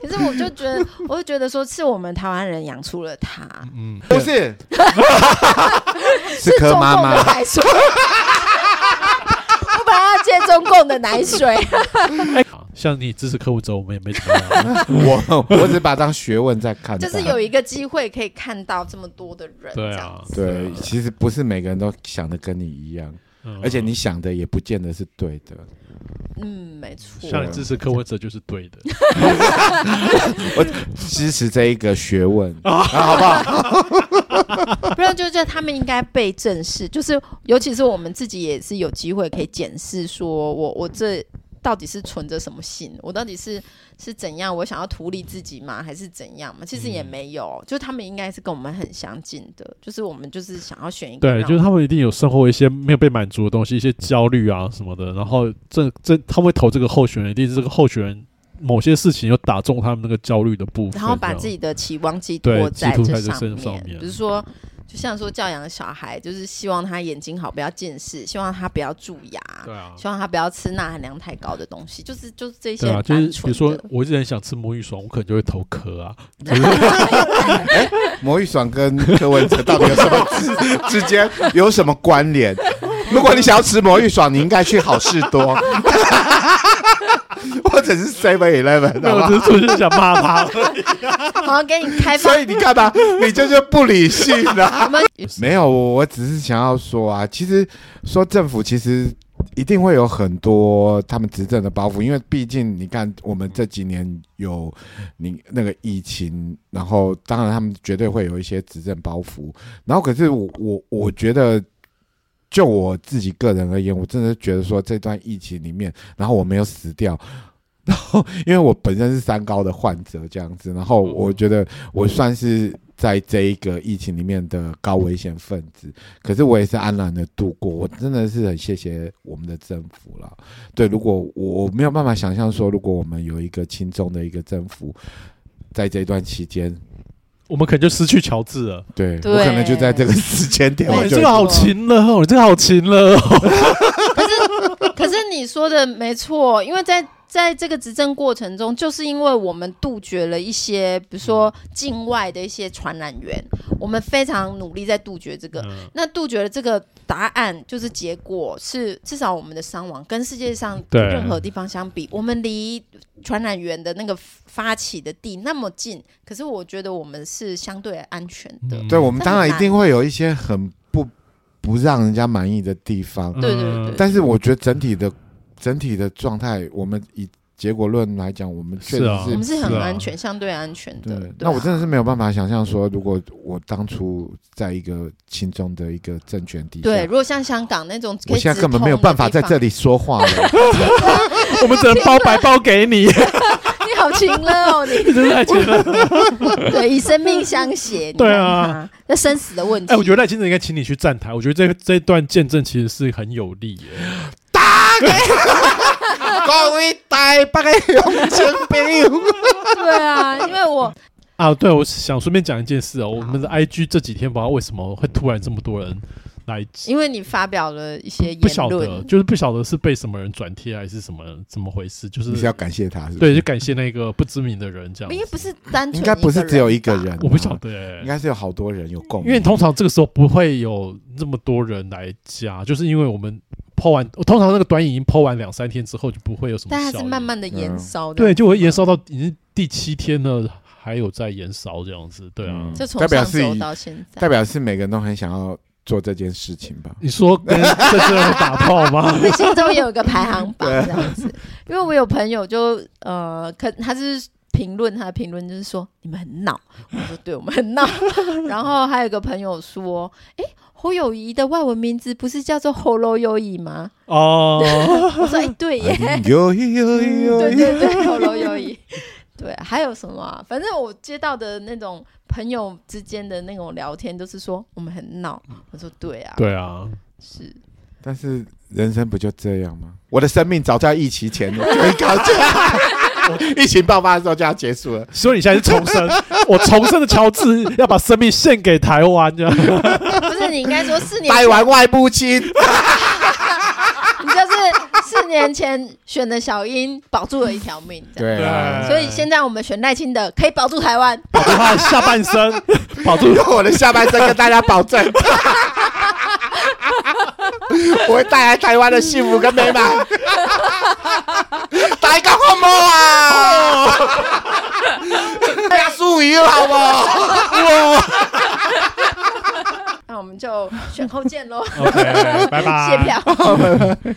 可是我就觉得，我就觉得说，是我们台湾人养出了他，嗯，不是， 是是柯中妈共的妈，奶水。 我本来要接中共的奶 水，像你支持客户者，我们也没怎么样。我我只把它当学问在看待。就是有一个机会可以看到这么多的人，对这啊样，对，其实不是每个人都想的跟你一样，嗯而且你想的也不见得是对的。嗯，没错。像你支持客户者就是对的，啊支持这一个学问，啊不然就是他们应该被正视，就是尤其是我们自己也是有机会可以检视，说我我这到底是存着什么心，我到底是是怎样，我想要图利自己吗，还是怎样嘛？其实嗯也没有，就他们应该是跟我们很相近的，就是我们就是想要选一个对，让就是他们一定有生活一些没有被满足的东西，一些焦虑啊什么的，然后这这他们会投这个候选人，一定是这个候选人某些事情有打中他们那个焦虑的部分，然后把这样自己的期望寄对托寄在托这在这上身面，上面嗯比如说，就像说教养小孩，就是希望他眼睛好，不要近视，希望他不要蛀牙，对啊。希望他不要吃钠含量太高的东西，就是就是这些对啊，很就单是纯比的。如说，我一直很想吃魔芋爽，我可能就会投壳啊。魔芋爽跟柯文哲到底有什么之之间有什么关联？如果你想要吃魔芋爽，你应该去好事多， 或者是 Seven Eleven，那我只是纯粹想骂他而已。好，给你开放所以你干嘛？你就是不理性啊！我们没有，我我只是想要说啊，其实说政府其实一定会有很多他们执政的包袱，因为毕竟你看我们这几年有你那个疫情，然后当然他们绝对会有一些执政包袱，然后可是我我我觉得。就我自己个人而言，我真的觉得说这段疫情里面，然后我没有死掉，然后因为我本身是三高的患者这样子，然后我觉得我算是在这一个疫情里面的高危险分子，可是我也是安然的度过，我真的是很谢谢我们的政府了。对，如果我我没有办法想象说，如果我们有一个轻松的一个政府，在这一段期间，我们可能就失去乔治了。对对我可能就在这个时间点，哇，我你就这个好勤了哦，你这个好勤了哦。可是你说的没错，因为在在这个执政过程中，就是因为我们杜绝了一些，比如说境外的一些传染源，我们非常努力在杜绝这个。嗯那杜绝了这个答案，就是结果是至少我们的伤亡跟世界上对任何地方相比，我们离传染源的那个发起的地那么近，可是我觉得我们是相对安全的。嗯对我们当然一定会有一些很不不让人家满意的地方，嗯对对对但是我觉得整体的整体的状态，我们以结果论来讲，我们确实是啊我们是是很是啊安全，相对安全的。对对啊，那我真的是没有办法想象说，如果我当初在一个轻松的一个政权底对，下，如果像香港那种可以直通的地方，我现在根本没有办法在这里说话了。我们只能包白包给 你， 你好勤了哦，你真的太勤了。对以生命相携，对啊你看 他，那生死的问题。哎，我觉得赖清德应该请你去站台，我觉得这这段见证其实是很有利耶。各位台北的乡亲朋友，对啊，因为我 啊，对，我想顺便讲一件事哦，我们的 IG 这几天不知道为什么会突然这么多人哪一集？因为你发表了一些言不晓得，论，就是不晓得是被什么人转贴还是什么怎么回事，就是你是要感谢他，是不对，是就，感谢那个不知名的人这样应该不子。是单纯，应该不是只有一个吧，人啊，我不晓得欸、应该是有好多人有共因鸣，为通常这个时候不会有这么多人来加，就是因为我们抛完，通常那个短影音抛完两三天之后就不会有什么但它效是应慢慢的延嗯烧的，对，就会延烧到已经第七天了，还有在延烧这样子，对啊。嗯就从代表上是周以到现在代。表是每个人都很想要做这件事情吧？你说 跟这些人打炮吗？那心中也有一个排行榜这样子，因为我有朋友就呃，可他是评论，他的评论就是说你们很闹，我说对我们很闹。然后还有一个朋友说，哎、侯友谊的外文名字不是叫做侯楼友谊吗？ 哦，我说哎、诶 对 耶，有有有对有，对对，侯楼友谊。对，还有什么、啊？反正我接到的那种朋友之间的那种聊天，都是说我们很闹。我说对啊， 对啊，是但是人生不就这样吗？我的生命早在疫情 前就已搞这样，疫情爆发的时候就要结束了。所以你现在是重生，我重生的乔治要把生命献给台湾， 这样不是你应该说四年掰前完外部你亲，就是四年前选的小英，保住了一条命。这样对啊，所以现在我们选赖清德，可以保住台湾。保住他的下半 生，保住用我的下半身跟大家保 证，我会带来台湾的幸福跟美满。 大家好冇啊！ 加速鱼好不好？那我们就选后见喽， OK，拜拜，谢票。